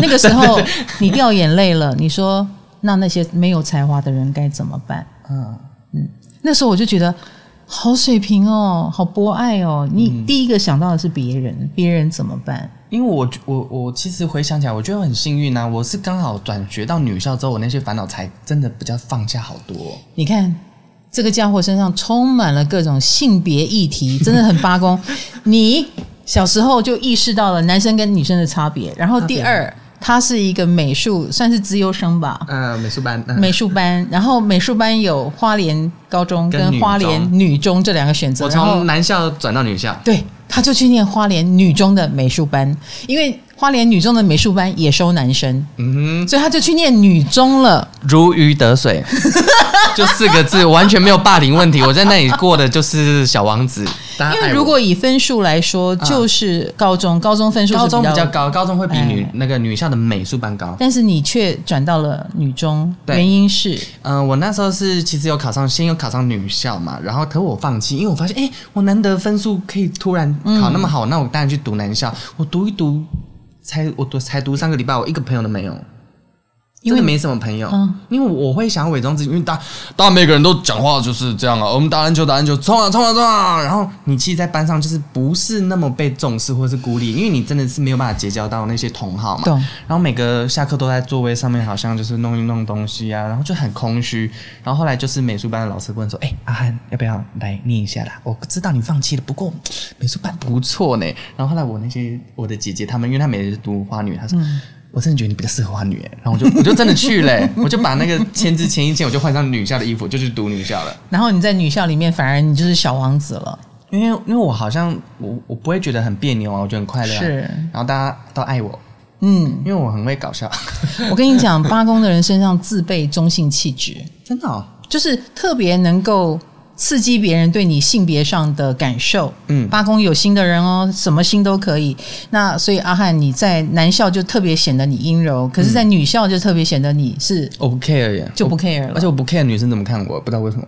Speaker 1: 那个时候你掉眼泪了。你说，那那些没有才华的人该怎么办？
Speaker 2: 嗯，
Speaker 1: 那时候我就觉得好水平哦，好博爱哦。你
Speaker 2: 嗯
Speaker 1: 第一个想到的是别人，别人怎么办？
Speaker 2: 因为我我我其实回想起来，我觉得我很幸运啊！我是刚好转学到女校之后，我那些烦恼才真的比较放下好多、
Speaker 1: 你看这个家伙身上充满了各种性别议题，真的很八 公。你小时候就意识到了男生跟女生的差别，然后第二，他是一个美术，算是资优生吧。
Speaker 2: 呃，美术班，呃
Speaker 1: 美术班，然后美术班有花莲高中
Speaker 2: 跟
Speaker 1: 跟
Speaker 2: 女
Speaker 1: 花莲
Speaker 2: 中
Speaker 1: 女中这两个选择，
Speaker 2: 我
Speaker 1: 然后
Speaker 2: 从男校转到女校，
Speaker 1: 对，他就去念花莲女中的美术班，因为花莲女中的美术班也收男生，
Speaker 2: 嗯
Speaker 1: 所以他就去念女中了。
Speaker 2: 哼，如鱼 得水，就四个字，完全没有霸凌问题。我在那里过的就是小王子，大家
Speaker 1: 因
Speaker 2: 爱
Speaker 1: 为
Speaker 2: 我嗯
Speaker 1: 如果以分数来说，就是高中，高中分数是
Speaker 2: 高中比
Speaker 1: 比
Speaker 2: 较，高，高中会比女、
Speaker 1: 哎
Speaker 2: 那个女校的美术班高。
Speaker 1: 但是你却转到了女中，
Speaker 2: 对
Speaker 1: 原因是
Speaker 2: 嗯、我那时候是其实有考上，先有考上女校嘛，然后可我放弃，因为我发现，哎、我难得分数可以突然考那么好，那我当然去读男校。我读一读，才我读才读三个礼拜，我一个朋友都没有，
Speaker 1: 因
Speaker 2: 因
Speaker 1: 为
Speaker 2: 为没什么朋友。
Speaker 1: 嗯
Speaker 2: 因为我会想要伪装自己，因为大大家每个人都讲话就是这样啊，我们打篮球打篮球，冲啊冲啊冲啊。然后你其实，在班上就是不是那么被重视或是孤立，因为你真的是没有办法结交到那些同好嘛。
Speaker 1: 懂
Speaker 2: 然后每个下课都在座位上面，好像就是弄一弄东西啊，然后就很空虚。然后后来就是美术班的老师问说：“哎、阿汉，要不要来念一下啦？我知道你放弃了，不过美术班不错呢。”然后后来我那些我的姐姐她们，因为她每次读花女，她说。我真的觉得你比较适合花女欸，然后我就我 就真的去嘞、我就把那个签字签一签，我就换上女校的衣服，就去读女校了。
Speaker 1: 然后你在女校里面，反而你就是小王子了。
Speaker 2: 因为因为我好像我我不会觉得很别扭啊，我觉得很快乐、啊，
Speaker 1: 是
Speaker 2: 然后大家都爱我，
Speaker 1: 嗯，
Speaker 2: 因为我很会搞笑，
Speaker 1: 我跟你 讲，八宫的人身上自备中性气质，
Speaker 2: 真的、哦。
Speaker 1: 就是特别能够刺激别人对你性别上的感受。
Speaker 2: 嗯
Speaker 1: 八宫有心的人哦，什么心都可以。那所以阿汉你在男校就特别显得你阴
Speaker 2: 嗯
Speaker 1: 柔，可是，在女校就特别显得你是
Speaker 2: 我不 care 耶，
Speaker 1: 就不
Speaker 2: 我
Speaker 1: care 了
Speaker 2: 而且我不 care 女生怎么看我，不知道为什么。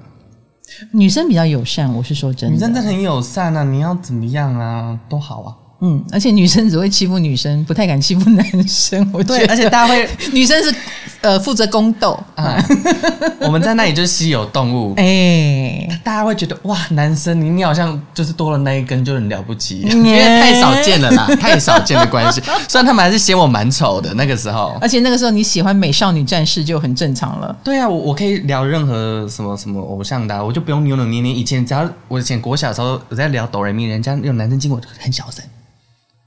Speaker 1: 女生比较友善，我是说真的。
Speaker 2: 女生真的很友善啊，你要怎么样啊，都好啊。
Speaker 1: 嗯，而且女生只会欺负女生，不太敢欺负男生。 我觉
Speaker 2: 对，
Speaker 1: 得，
Speaker 2: 而且大家会，
Speaker 1: 女生是呃负责宫斗，
Speaker 2: 啊， 我们在那里就是稀有动物，
Speaker 1: 嗯哎、
Speaker 2: 大家会觉得哇，男生你你好像就是多了那一根就很了不起，
Speaker 1: 嗯
Speaker 2: 因为太少见了啦，太少见的关系。虽然他们还是嫌我蛮丑的那个时候。
Speaker 1: 而且那个时候你喜欢美少女战士就很正常了。
Speaker 2: 对啊，我我可以聊任何什么什么偶像的啊、我就不用扭扭捏捏。以前只要我以前国小的时候，我在聊哆来咪，人家有男生经过我就很小声，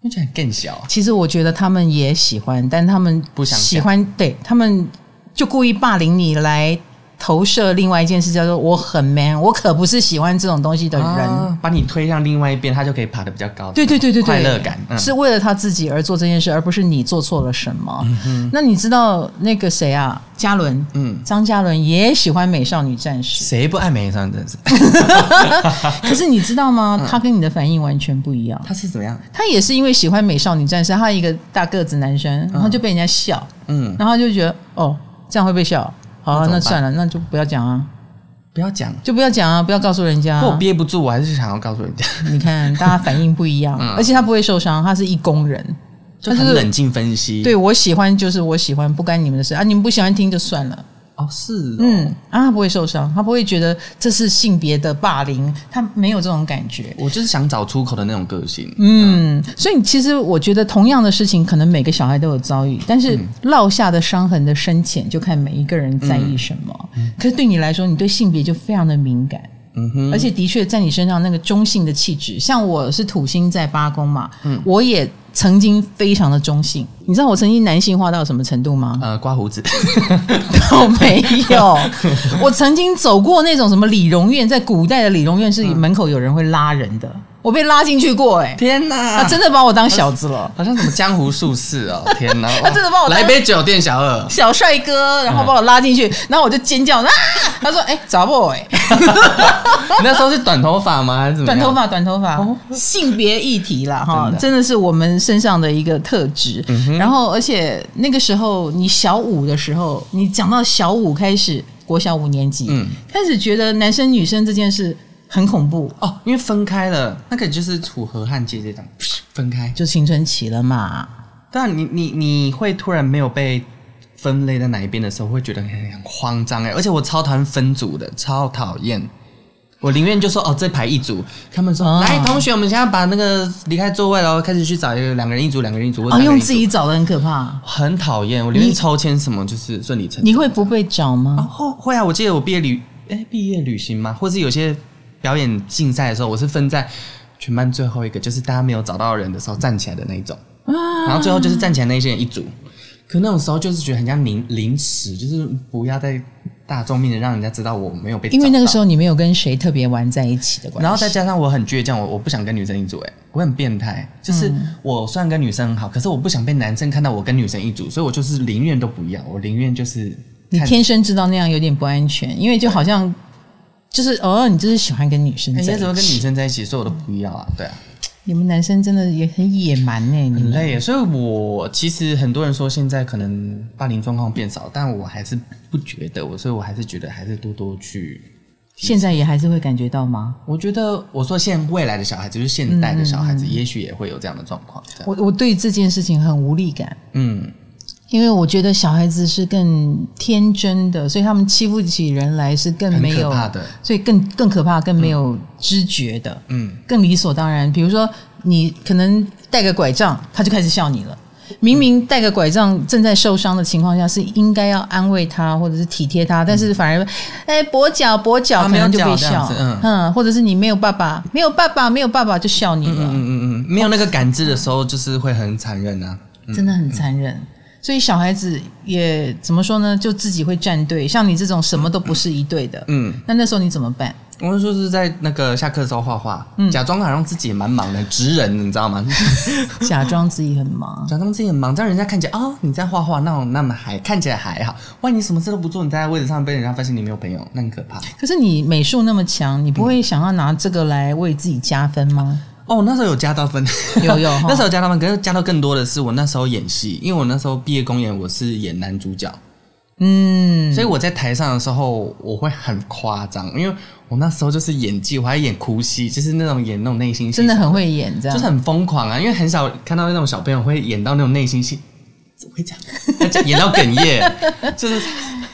Speaker 2: 因为觉得更小。啊
Speaker 1: 其实我觉得他们也喜欢，但他们
Speaker 2: 不想讲
Speaker 1: 喜欢，对他们就故意霸凌你来投射另外一件事，叫做我很 man，我可不是喜欢这种东西的人。
Speaker 2: 啊把你推向另外一边，他就可以爬得比较高。
Speaker 1: 对对对对对，
Speaker 2: 快乐感、嗯、
Speaker 1: 是为了他自己而做这件事，而不是你做错了什么。那你知道那个谁啊，嘉伦，
Speaker 2: 嗯，
Speaker 1: 张嘉伦也喜欢美少女战士，
Speaker 2: 谁不爱美少女战士？
Speaker 1: 哦可是你知道
Speaker 2: 嗯
Speaker 1: 吗？他跟你的反应完全不一样。
Speaker 2: 他是怎么样？
Speaker 1: 他也是因为喜欢美少女战士，他一个大个子男生，然后就被人家笑，
Speaker 2: 嗯，
Speaker 1: 然后就觉得哦，这样会被笑。好、啊，
Speaker 2: 那怎么
Speaker 1: 那
Speaker 2: 办
Speaker 1: 算了，那就不要讲啊，
Speaker 2: 不要讲，
Speaker 1: 就不要讲啊，不要告诉人家、
Speaker 2: 可我
Speaker 1: 啊。
Speaker 2: 憋不住，我还是想要告诉人家，
Speaker 1: 你看，大家反应不一样，
Speaker 2: 嗯
Speaker 1: 而且他不会受伤，他是一工人。
Speaker 2: 就很冷静分析。
Speaker 1: 对我喜欢就是我喜欢，不干你们的事啊！你们不喜欢听就算了，
Speaker 2: 哦，是哦
Speaker 1: 嗯啊，他不会受伤，他不会觉得这是性别的霸凌，他没有这种感觉。
Speaker 2: 我就是想找出口的那种个性。
Speaker 1: 嗯，所以其实我觉得同样的事情，可能每个小孩都有遭遇，但是落下的伤痕的深浅，就看每一个人在意什么。可是对你来说，你对性别就非常的敏感，
Speaker 2: 嗯哼，
Speaker 1: 而且的确在你身上那个中性的气质，像我是土星在八宫嘛，我也曾经非常的中性。你知道我曾经男性化到什么程度吗？
Speaker 2: 呃，刮 胡子，
Speaker 1: 都没有。我曾经走过那种什么理容院，在古代的理容院是门口有人会拉人的，我被拉进去过、欸，哎、
Speaker 2: 天哪
Speaker 1: 他真的把我当小子了，
Speaker 2: 啊好像什么江湖术士 哦，天哪！
Speaker 1: 他真的把我当
Speaker 2: 来杯酒店 小二，
Speaker 1: 小帅哥，然后把我拉进去，
Speaker 2: 嗯
Speaker 1: 然后我就尖叫啊！ 他说：“哎、找我哎、
Speaker 2: 你那时候是短头发吗？还是怎么
Speaker 1: 短
Speaker 2: 样？
Speaker 1: 头发，短头发，
Speaker 2: 哦
Speaker 1: 性别议题啦，哈
Speaker 2: 真，的嗯
Speaker 1: 真的是我们身上的一个特质。然后，而且那个时候你小五的时候，你讲到小五开始，国小五年级，
Speaker 2: 嗯
Speaker 1: 开始觉得男生女生这件事很恐怖，
Speaker 2: 哦，因为分开了，那个就是楚河汉界这种分开。
Speaker 1: 就青春期了嘛。
Speaker 2: 对啊，你你你会突然没有被分类在哪一边的时候，会觉得很很慌张哎、而且我超讨厌分组的，超讨厌。我宁愿就说哦，这排一组，他们说、
Speaker 1: 哦
Speaker 2: 来同学，我们现在把那个离开座位喽，开始去找一个两个人一组，两个人一组，或
Speaker 1: 啊，
Speaker 2: 者三个人
Speaker 1: 用
Speaker 2: 一组
Speaker 1: 自己找的很可怕。
Speaker 2: 很讨厌，我宁愿抽签什么就是顺理成章。
Speaker 1: 你会不被找
Speaker 2: 啊
Speaker 1: 吗？
Speaker 2: 会会啊，我记得我毕业旅哎毕业旅行嘛，或是有些表演竞赛的时候，我是分在全班最后一个，就是大家没有找到人的时候站起来的那一种，然后最后就是站起来那些人一组。可那种时候就是觉得很像零零食，就是不要在大众面前让人家知道我没有被，
Speaker 1: 因为那个时候
Speaker 2: 候。
Speaker 1: 你没有跟谁特别玩在一起的关系，
Speaker 2: 然后再加上我很倔强，我我不想跟女生一组、欸，我很变态，就是我虽然跟女生很好，可是我不想被男生看到我跟女生一组，所以我就是宁愿都不要，我宁愿就是
Speaker 1: 你
Speaker 2: 看
Speaker 1: 天生知道那样有点不安全，因为就好像就是哦，你就是喜欢跟女生
Speaker 2: 哎
Speaker 1: 在一
Speaker 2: 你
Speaker 1: 起。
Speaker 2: 为什么跟女生在一起，所以我都不要啊，对啊。
Speaker 1: 你们男生真的也很野蛮呢、你
Speaker 2: 很
Speaker 1: 们
Speaker 2: 累耶，所以我其实很多人说现在可能霸凌状况变少，但我还是不觉得，我所以我还是觉得还是多多去。
Speaker 1: 现在也还是会感觉到吗？
Speaker 2: 我觉得我说现未来的小孩子，就是现代的小孩
Speaker 1: 嗯
Speaker 2: 子，也许也会有这样的状况。这样
Speaker 1: 我我对这件事情很无力感，
Speaker 2: 嗯，
Speaker 1: 因为我觉得小孩子是更天真的，所以他们欺负起人来是更
Speaker 2: 很
Speaker 1: 没
Speaker 2: 可
Speaker 1: 有，
Speaker 2: 怕的。
Speaker 1: 所以更更可怕，更没有知觉的。
Speaker 2: 嗯，
Speaker 1: 更理所当然。比如说，你可能带个拐杖，他就开始笑你了。明明带个拐杖正在受伤的情况下，是应该要安慰他或者是体贴他，但是反而，哎，跛脚跛脚，
Speaker 2: 啊
Speaker 1: 可
Speaker 2: 没有
Speaker 1: 能就被
Speaker 2: 脚这
Speaker 1: 笑
Speaker 2: 样子，嗯
Speaker 1: 或者是你没有爸爸，没有爸爸，没有爸爸就笑你了，
Speaker 2: 嗯嗯嗯，没有那个感知的时候，就是会很残忍啊。
Speaker 1: 真的很残忍。所以小孩子也怎么说呢？就自己会站队，像你这种什么都不是一队的，
Speaker 2: 嗯，
Speaker 1: 那那时候你怎么办？
Speaker 2: 我就是在那个下课的时候画画，
Speaker 1: 嗯
Speaker 2: 假装好像自己也蛮忙的，职人，你知道吗？
Speaker 1: 假装自己很忙，
Speaker 2: 假装自己很忙，这样人家看起来哦，你在画画，那那么还看起来还好。万一你什么事都不做，你待在位置上被人家发现你没有朋友，那很可怕。
Speaker 1: 可是你美术那么强，你不会想要拿这个来为自己加分吗？
Speaker 2: 哦，那时候有加到分，
Speaker 1: 有 有哈
Speaker 2: 那时候有加到分，可是加到更多的是我那时候演戏，因为我那时候毕业公演我是演男主角，
Speaker 1: 嗯，
Speaker 2: 所以我在台上的时候，我会很夸张，因为我那时候就是演技，我还演哭戏，就是那种演那种内心戏，
Speaker 1: 真的很会演，这样
Speaker 2: 就是很疯狂啊！因为很少看到那种小朋友会演到那种内心戏，怎么会这样？ 演到哽咽，就是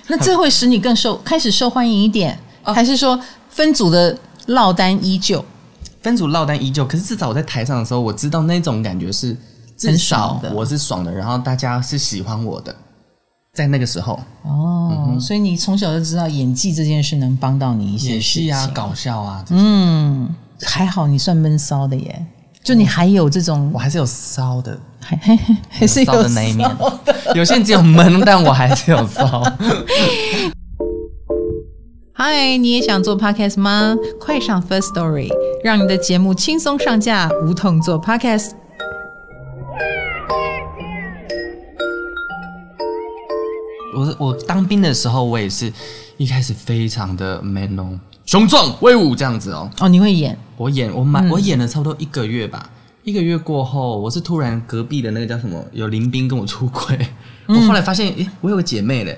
Speaker 1: 那这会使你更受开始受欢迎一点，
Speaker 2: 哦
Speaker 1: 还是说分组的落单依旧？
Speaker 2: 分组落单依旧，可是至少我在台上的时候，我知道那种感觉是至
Speaker 1: 很爽
Speaker 2: 少
Speaker 1: 的
Speaker 2: 我是爽的，然后大家是喜欢我的，在那个时候嗯
Speaker 1: 哦，所以你从小就知道演技这件事能帮到你一些
Speaker 2: 演
Speaker 1: 事情
Speaker 2: 戏啊、搞笑啊，
Speaker 1: 嗯，还好你算闷骚的耶，
Speaker 2: 嗯
Speaker 1: 就你还有这种
Speaker 2: 我还是有骚的，
Speaker 1: 还还还是有
Speaker 2: 骚的那一面
Speaker 1: 骚的。
Speaker 2: 有些人只有闷， 但我还是有骚。
Speaker 1: 嗨，你也想做 podcast 吗？快上 First Story，让你的节目轻松上架，无痛做 podcast。
Speaker 2: 我是我当兵的时候，我也是一开始非常的 man 哦，雄壮威武这样子哦。
Speaker 1: 哦，你会演
Speaker 2: 我演我
Speaker 1: 嗯
Speaker 2: 满、我演了差不多一个月吧，一个月过后，我是突然隔壁的那个叫什么有林兵跟我出轨，
Speaker 1: 嗯
Speaker 2: 我后来发现，诶、我有个姐妹嘞。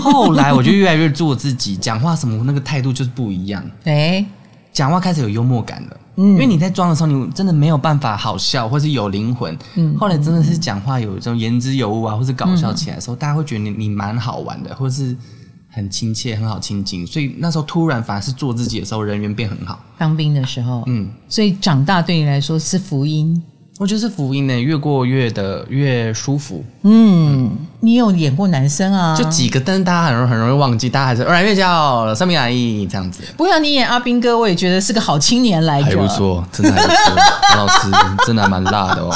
Speaker 2: 后来我就越来越做自己，讲话什么那个态度就是不一样，
Speaker 1: 哎、
Speaker 2: 讲话开始有幽默感了。
Speaker 1: 嗯
Speaker 2: 因为你在装的时候，你真的没有办法好笑或是有灵魂。
Speaker 1: 嗯
Speaker 2: 后来真的是讲话有一种言之有物啊，或是搞笑起来的
Speaker 1: 嗯
Speaker 2: 时候，大家会觉得你你蛮好玩的，或是很亲切、很好亲近。所以那时候突然反而是做自己的时候，人缘变很好。
Speaker 1: 当兵的时候，
Speaker 2: 嗯，
Speaker 1: 所以长大对你来说是福音。
Speaker 2: 我觉得是福音呢，越过越的越舒服。
Speaker 1: 嗯，你有演过男生啊？
Speaker 2: 就几个，但是大家很容很容易忘记，大家还是偶然越叫三明阿姨这样子。
Speaker 1: 不要你演阿兵哥，我也觉得是个好青年来着。
Speaker 2: 还不 错，真的还不错。老师真的还蛮辣的 哦，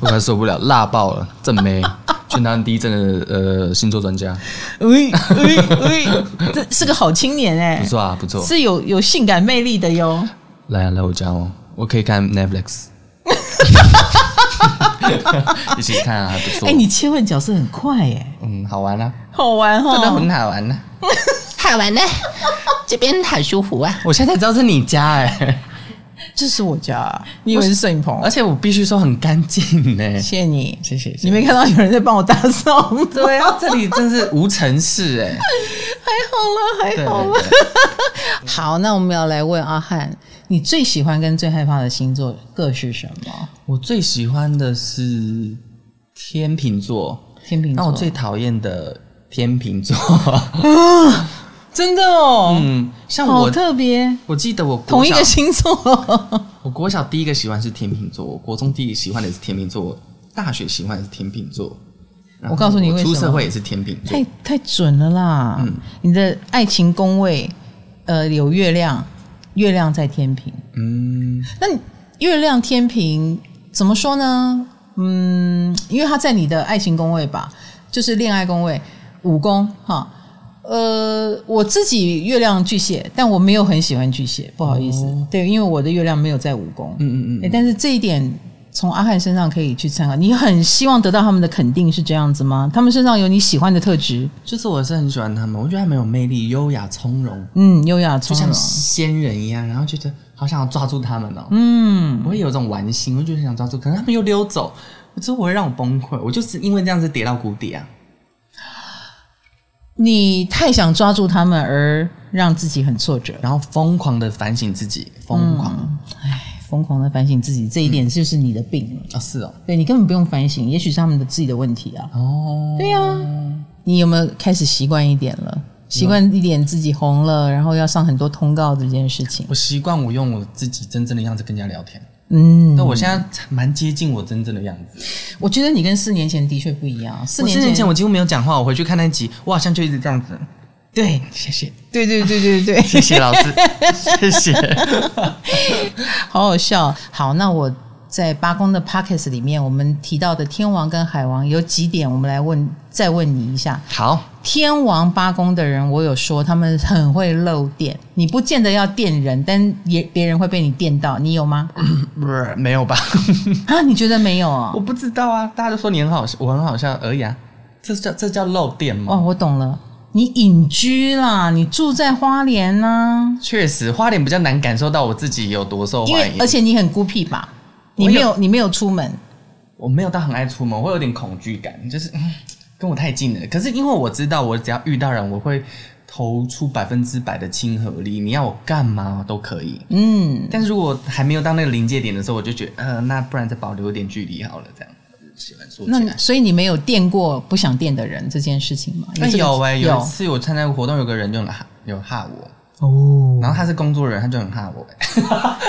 Speaker 2: 我快受不了，辣爆了，正妹，全台湾第一真的呃星座专 家，
Speaker 1: 哎哎哎，这是个好青年哎、
Speaker 2: 不错啊，不错。
Speaker 1: 是有有性感魅力的哟。
Speaker 2: 来啊，来我家哦，我可以看 Netflix，一起看啊，还不错。
Speaker 1: 哎、你切换角色很快哎、
Speaker 2: 嗯，好玩啊，
Speaker 1: 好玩
Speaker 2: 真的
Speaker 1: 哦。
Speaker 2: 很好玩呢、
Speaker 3: 好玩呢，这边好舒服啊。
Speaker 2: 我现在才知道是你家哎、
Speaker 1: 这是我家啊，你以为是摄影棚
Speaker 2: 而？且我必须说很干净呢。
Speaker 1: 谢谢你，
Speaker 2: 谢谢谢谢
Speaker 1: 你没看到有人在帮我打扫吗？
Speaker 2: 对啊，这里真是无尘室哎、
Speaker 1: 还好啦，还
Speaker 2: 对
Speaker 1: 好啦。
Speaker 2: 对对
Speaker 1: 好，那我们要来问阿汉，你最喜欢跟最害怕的星座各是什么？
Speaker 2: 我最喜欢的是天秤座。
Speaker 1: 天秤座。
Speaker 2: 那我最讨厌的天秤座，
Speaker 1: 真的哦，
Speaker 2: 嗯，像
Speaker 1: 好
Speaker 2: 我，
Speaker 1: 特别，
Speaker 2: 我记得我国
Speaker 1: 同一
Speaker 2: 小
Speaker 1: 个星座。
Speaker 2: 我国小第一个喜欢是天秤座，我国中第一个喜欢的是天秤座，我大学喜欢的是天秤座。然后
Speaker 1: 我告诉你为什么
Speaker 2: 出社会也是天秤座
Speaker 1: 太，太准了啦！
Speaker 2: 嗯
Speaker 1: 你的爱情宫位，呃，有月亮，月亮在天平。
Speaker 2: 嗯，
Speaker 1: 那你月亮天平怎么说呢？嗯，因为它在你的爱情宫位吧，就是恋爱宫位五宫哈。呃，我自己月亮巨蟹，但我没有很喜欢巨蟹，不好意思，
Speaker 2: 哦
Speaker 1: 对，因为我的月亮没有在五宫。
Speaker 2: 嗯嗯嗯
Speaker 1: 诶但是这一点从阿汉身上可以去参考。你很希望得到他们的肯定是这样子吗？他们身上有你喜欢的特质，
Speaker 2: 就是我是很喜欢他们，我觉得他们有魅力、优雅、从容，
Speaker 1: 嗯，优雅
Speaker 2: 就
Speaker 1: 从容
Speaker 2: 像，仙人一样，然后觉得好想要抓住他们哦、
Speaker 1: 嗯，
Speaker 2: 我会有一种玩心，我就很想抓住，可是他们又溜走，我就会让我崩溃，我就是因为这样子跌到谷底啊。
Speaker 1: 你太想抓住他们而让自己很挫折。
Speaker 2: 然后疯狂的反省自己，疯狂
Speaker 1: 嗯
Speaker 2: 啊、
Speaker 1: 疯狂的反省自己，这一
Speaker 2: 嗯
Speaker 1: 点就是你的病了。
Speaker 2: 是哦，
Speaker 1: 对你根本不用反省，也许是他们的自己的问题啊。
Speaker 2: 哦，
Speaker 1: 对呀、你有没有开始习惯一点了？习惯一点自己红了，然后要上很多通告这件事情。
Speaker 2: 我习惯我用我自己真正的样子跟人家聊天，
Speaker 1: 嗯
Speaker 2: 那、，我现在蛮接近我真正的样子。
Speaker 1: 我觉得你跟四年前的确不一样。啊四
Speaker 2: 我
Speaker 1: 年
Speaker 2: 四年前我几乎没有讲话，我回去看那一集，我好像就一直这样子。
Speaker 1: 对
Speaker 2: 谢谢，
Speaker 1: 对对对对对，
Speaker 2: 谢谢老师，谢谢。
Speaker 1: 好好笑。啊好，那我在八公的 pockets 里面，我们提到的天王跟海王有几点，我们来问再问你一下。
Speaker 2: 好，
Speaker 1: 天王八宫的人，我有说他们很会漏电，你不见得要电人，但也别人会被你电到，你有吗？
Speaker 2: 嗯不是没有吧？
Speaker 1: 啊，你觉得没有
Speaker 2: 我
Speaker 1: 哦？
Speaker 2: 不知道啊，大家都说你很好笑，我很好笑而已啊。这叫这叫漏电
Speaker 1: 哦，
Speaker 2: 吗？
Speaker 1: 我懂了，你隐居啦，你住在花莲呐、
Speaker 2: 确实，花脸比较难感受到我自己有多受
Speaker 1: 因
Speaker 2: 欢
Speaker 1: 为
Speaker 2: 迎，
Speaker 1: 而且你很孤僻吧？
Speaker 2: 我
Speaker 1: 你
Speaker 2: 有
Speaker 1: 没有，你没有出门，
Speaker 2: 我没有到很爱出门，我会有点恐惧感，就是嗯跟我太近了。可是因为我知道，我只要遇到人，我会投出百分之百的亲和力。你要我干嘛都可以。
Speaker 1: 嗯，
Speaker 2: 但是如果还没有到那个临界点的时候，我就觉得，呃，那不然再保留一点距离好了，这样。喜欢说
Speaker 1: 那
Speaker 2: 起
Speaker 1: 你
Speaker 2: 来。
Speaker 1: 所以你没有电过不想电的人这件事情吗？
Speaker 2: 那
Speaker 1: 这个
Speaker 2: 有哎、有一
Speaker 1: 有
Speaker 2: 次我参加活动，有个人就很哈有哈我，
Speaker 1: 哦，
Speaker 2: 然后他是工作人，他就很哈我、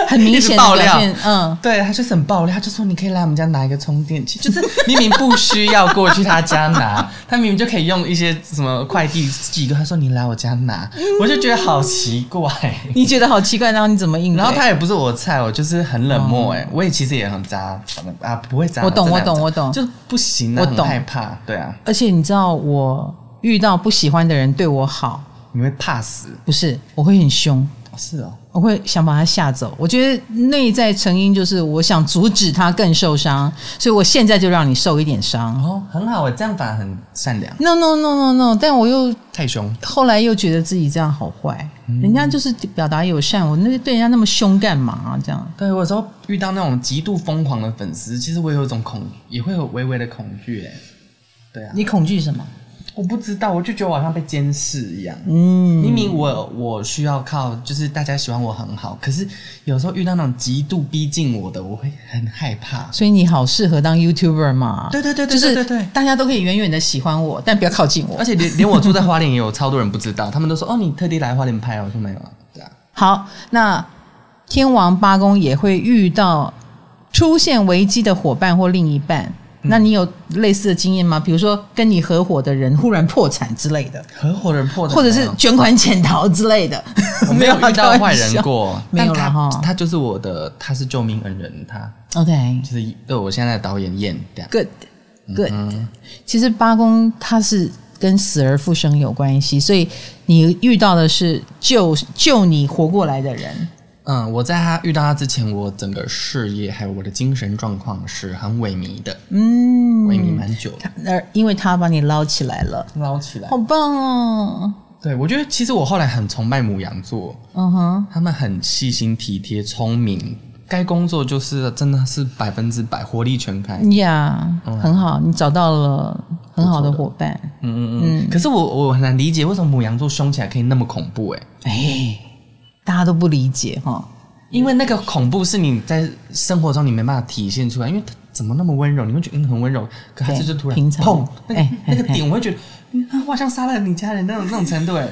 Speaker 1: 很明显
Speaker 2: 一直
Speaker 1: 的
Speaker 2: 爆
Speaker 1: 表
Speaker 2: 料
Speaker 1: 现，嗯，
Speaker 2: 对，他就是很爆料，他就说你可以来我们家拿一个充电器，就是明明不需要过去他家拿，他明明就可以用一些什么快递寄，他说你来我家拿，我就觉得好奇怪。
Speaker 1: 你觉得好奇怪，然后你怎么应对？
Speaker 2: 然后他也不是我的菜，我就是很冷漠哎、我也其实也很渣，反正啊不会渣，
Speaker 1: 哦我懂
Speaker 2: 真的很渣
Speaker 1: 我懂我懂
Speaker 2: 就不行啊，
Speaker 1: 我
Speaker 2: 很
Speaker 1: 懂
Speaker 2: 害怕，对啊，
Speaker 1: 而且你知道，我遇到不喜欢的人对我好，
Speaker 2: 你会怕死，
Speaker 1: 不是我会很凶，
Speaker 2: 是哦，
Speaker 1: 我会想把他吓走。我觉得内在成因就是我想阻止他更受伤，所以我现在就让你受一点伤。
Speaker 2: 哦很好哎、这样反而很善良，
Speaker 1: No no no no no，但我又
Speaker 2: 太凶，
Speaker 1: 后来又觉得自己这样好坏，
Speaker 2: 嗯
Speaker 1: 人家就是表达友善，我那对人家那么凶干嘛、啊这样
Speaker 2: 对，我有时候遇到那种极度疯狂的粉丝，其实我有一种恐，也会有微微的恐惧、欸。对啊，
Speaker 1: 你恐惧什么？
Speaker 2: 我不知道，我就觉得我好像被监视一样。
Speaker 1: 嗯，
Speaker 2: 明明我我需要靠，就是大家喜欢我很好，可是有时候遇到那种极度逼近我的，我会很害怕。
Speaker 1: 所以你好适合当 YouTuber 嘛？
Speaker 2: 对对对
Speaker 1: 就
Speaker 2: 对
Speaker 1: 是
Speaker 2: 对对对
Speaker 1: 大家都可以远远的喜欢我，但不要靠近我
Speaker 2: 而。且连 连我住在花莲也有超多人不知道，他们都说哦，你特地来花莲拍哦，我说没有啊，对啊，
Speaker 1: 好，那天王八宫也会遇到出现危机的伙伴或另一半。
Speaker 2: 嗯
Speaker 1: 那你有类似的经验吗？比如说跟你合伙的人忽然破产之类的，
Speaker 2: 合伙人破的，
Speaker 1: 或者是卷款潜逃之类的，
Speaker 2: 我啊 没有
Speaker 1: 啦
Speaker 2: 遇到坏人。过，
Speaker 1: 没有啦
Speaker 2: 但
Speaker 1: 哈
Speaker 2: 他他就是我的，他是救命恩人，他
Speaker 1: 开玩笑 OK，
Speaker 2: 就是对我现在的导演燕这样。
Speaker 1: good good、其
Speaker 2: 嗯
Speaker 1: 实八宫它是跟死而复生有关系，所以你遇到的是救救你活过来的人。
Speaker 2: 嗯，我在他遇到他之前，我整个事业还有我的精神状况是很萎靡的，
Speaker 1: 嗯
Speaker 2: 萎靡蛮久的，
Speaker 1: 那因为他把你捞起来了，
Speaker 2: 捞起来
Speaker 1: 好。棒哦！
Speaker 2: 对，我觉得其实我后来很崇拜母羊座，
Speaker 1: 嗯哼，
Speaker 2: 他们很细心、体贴、聪明，该工作就是真的是百分之百活力全开。嗯
Speaker 1: 呀、很好，你找到了很好的伙伴。
Speaker 2: 嗯嗯。可是我我很难理解为什么母羊座凶起来可以那么恐怖哎、
Speaker 1: 哎，大家都不理解哈。
Speaker 2: 因为那个恐怖是你在生活中你没办法体现出来，因为他怎么那么温柔，你会觉得嗯很温柔，可他
Speaker 1: 对
Speaker 2: 就是突然
Speaker 1: 平常
Speaker 2: 砰，那个、
Speaker 1: 哎
Speaker 2: 那个
Speaker 1: 哎哎
Speaker 2: 点，我会觉得嗯啊我好像杀了你家人那种那种程度哎、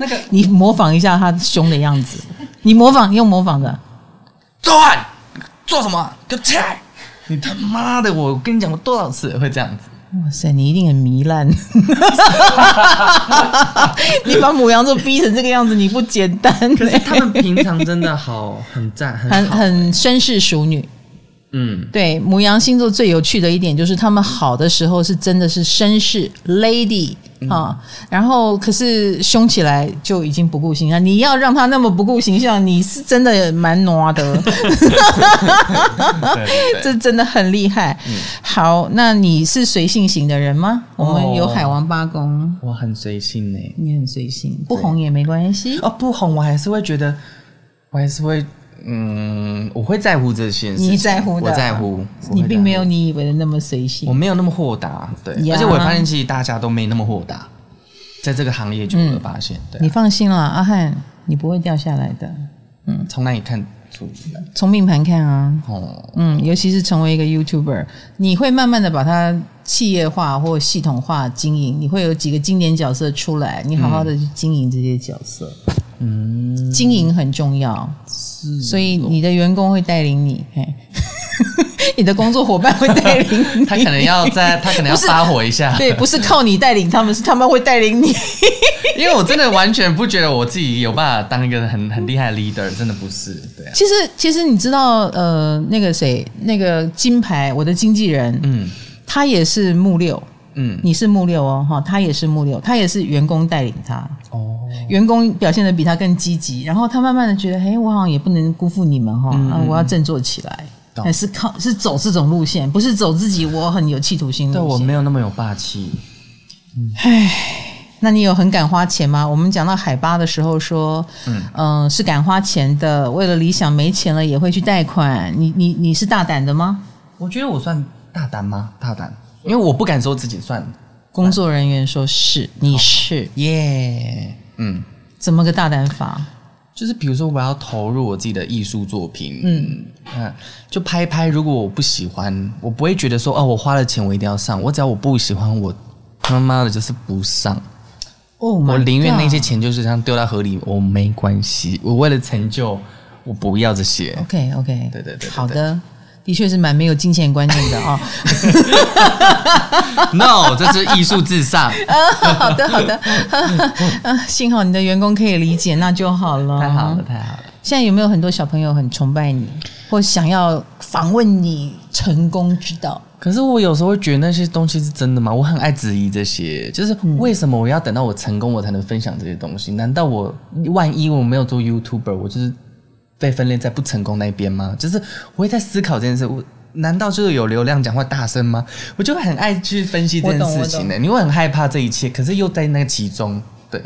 Speaker 2: 那个
Speaker 1: 你模仿一下他凶的样子，你模仿用模仿的，
Speaker 2: 做饭做什么？给我起来！你他妈的！我跟你讲，我多少次会这样子？
Speaker 1: 哇塞，你一定很糜 烂。你把母羊座逼成这个样子，你不简单、
Speaker 2: 可是他们
Speaker 1: 欸。
Speaker 2: 平常真的好，很赞，很
Speaker 1: 很
Speaker 2: 好，
Speaker 1: 很绅士淑女，
Speaker 2: 嗯，
Speaker 1: 对母羊星座最有趣的一点就是，他们好的时候是真的是绅士 lady
Speaker 2: 嗯
Speaker 1: 啊，然后可是凶起来就已经不顾形象。你要让他那么不顾形象，你是真的蛮挪 的，
Speaker 2: 对对
Speaker 1: 这真的很厉害。
Speaker 2: 嗯
Speaker 1: 好，那你是随性型的人吗？我们有海王八宫，
Speaker 2: 我很随性呢、
Speaker 1: 你很随性，不红也没关系。
Speaker 2: 哦，不红，我还是会觉得，我还是会，嗯，我会在乎这些事情。
Speaker 1: 你在乎的
Speaker 2: 我在乎。我会
Speaker 1: 你并没有
Speaker 2: 在乎，
Speaker 1: 你以为的那么随性
Speaker 2: 我。没有那么豁达，对。
Speaker 1: 呀
Speaker 2: 而且我也发现，其实大家都没那么豁达，在这个行业久了，发现，
Speaker 1: 嗯你
Speaker 2: 对、啊，
Speaker 1: 放心啦，阿汉，你不会掉下来的。
Speaker 2: 啊从哪里看出来？
Speaker 1: 从命盘看啊，
Speaker 2: 哦，
Speaker 1: 嗯，尤其是成为一个 YouTuber，你会慢慢的把它企业化或系统化经营，你会有几个经典角色出来，你好好的去经营这些角色，
Speaker 2: 嗯，
Speaker 1: 经营很重要，
Speaker 2: 是哦
Speaker 1: 所以你的员工会带领你，嘿 你的工作伙伴会带领你，
Speaker 2: 他可能要在，他可能要
Speaker 1: 不是
Speaker 2: 发火一下，
Speaker 1: 对，不是靠你带领他们，是他们会带领 你。
Speaker 2: 因为我真的完全不觉得我自己有办法当一个很很厉害的 leader，真的不是，对啊，
Speaker 1: 其实，其实你知道，呃，那个谁，那个金牌，我的经纪人，
Speaker 2: 嗯
Speaker 1: 他也是木六，
Speaker 2: 嗯，
Speaker 1: 你是木六哦，哈，他也是木六，他也是员工带领他，
Speaker 2: 哦，
Speaker 1: 员工表现的比他更积极，然后他慢慢的觉得，嘿，我好像也不能辜负你们哈、
Speaker 2: 嗯
Speaker 1: 啊我要振作起来。
Speaker 2: 懂
Speaker 1: 但是靠是走这种路线，不是走自己我很有企图心
Speaker 2: 对
Speaker 1: 路
Speaker 2: 我
Speaker 1: 线。
Speaker 2: 没有那么有霸气，
Speaker 1: 那你有很敢花钱吗？我们讲到海巴的时候说，嗯、是敢花钱的，为了理想没钱了也会去贷款。你你你是大胆的吗？
Speaker 2: 我觉得我算大胆吗？大胆，因为我不敢说自己算
Speaker 1: 工作人员说是你是
Speaker 2: 耶嗯，
Speaker 1: 怎么个大胆法？
Speaker 2: 就是比如说我要投入我自己的艺术作品，嗯嗯，就拍一拍。如果我不喜欢，我不会觉得说哦，我花了钱我一定要上。我只要我不喜欢，我他妈的就是不上。
Speaker 1: 哦，
Speaker 2: 我宁愿那些。钱就是这样丢到河里，我没关系。我为了成就，我不要这些。
Speaker 1: OK OK，
Speaker 2: 对对对对对
Speaker 1: 好的，的确是蛮没有金钱观念的 啊、
Speaker 2: no，这是艺术至上。
Speaker 1: 啊好的好的， 啊幸好你的员工可以理解，那就好了。
Speaker 2: 太好了，。太好了。
Speaker 1: 现在有没有很多小朋友很崇拜你，或想要访问你成功之道？
Speaker 2: 可是我有时候会觉得那些东西是真的吗？我很爱质疑这些，就是
Speaker 1: 嗯
Speaker 2: 为什么我要等到我成功我才能分享这些东西？难道我万一我没有做 YouTuber，我就是被分类在不成功那边吗？就是我会在思考这件事。我难道就是有流量讲话大声吗？我就会很爱去分析这件
Speaker 1: 我懂我
Speaker 2: 事
Speaker 1: 懂
Speaker 2: 情呢、你会很害怕这一切，可是又在那个其中。对，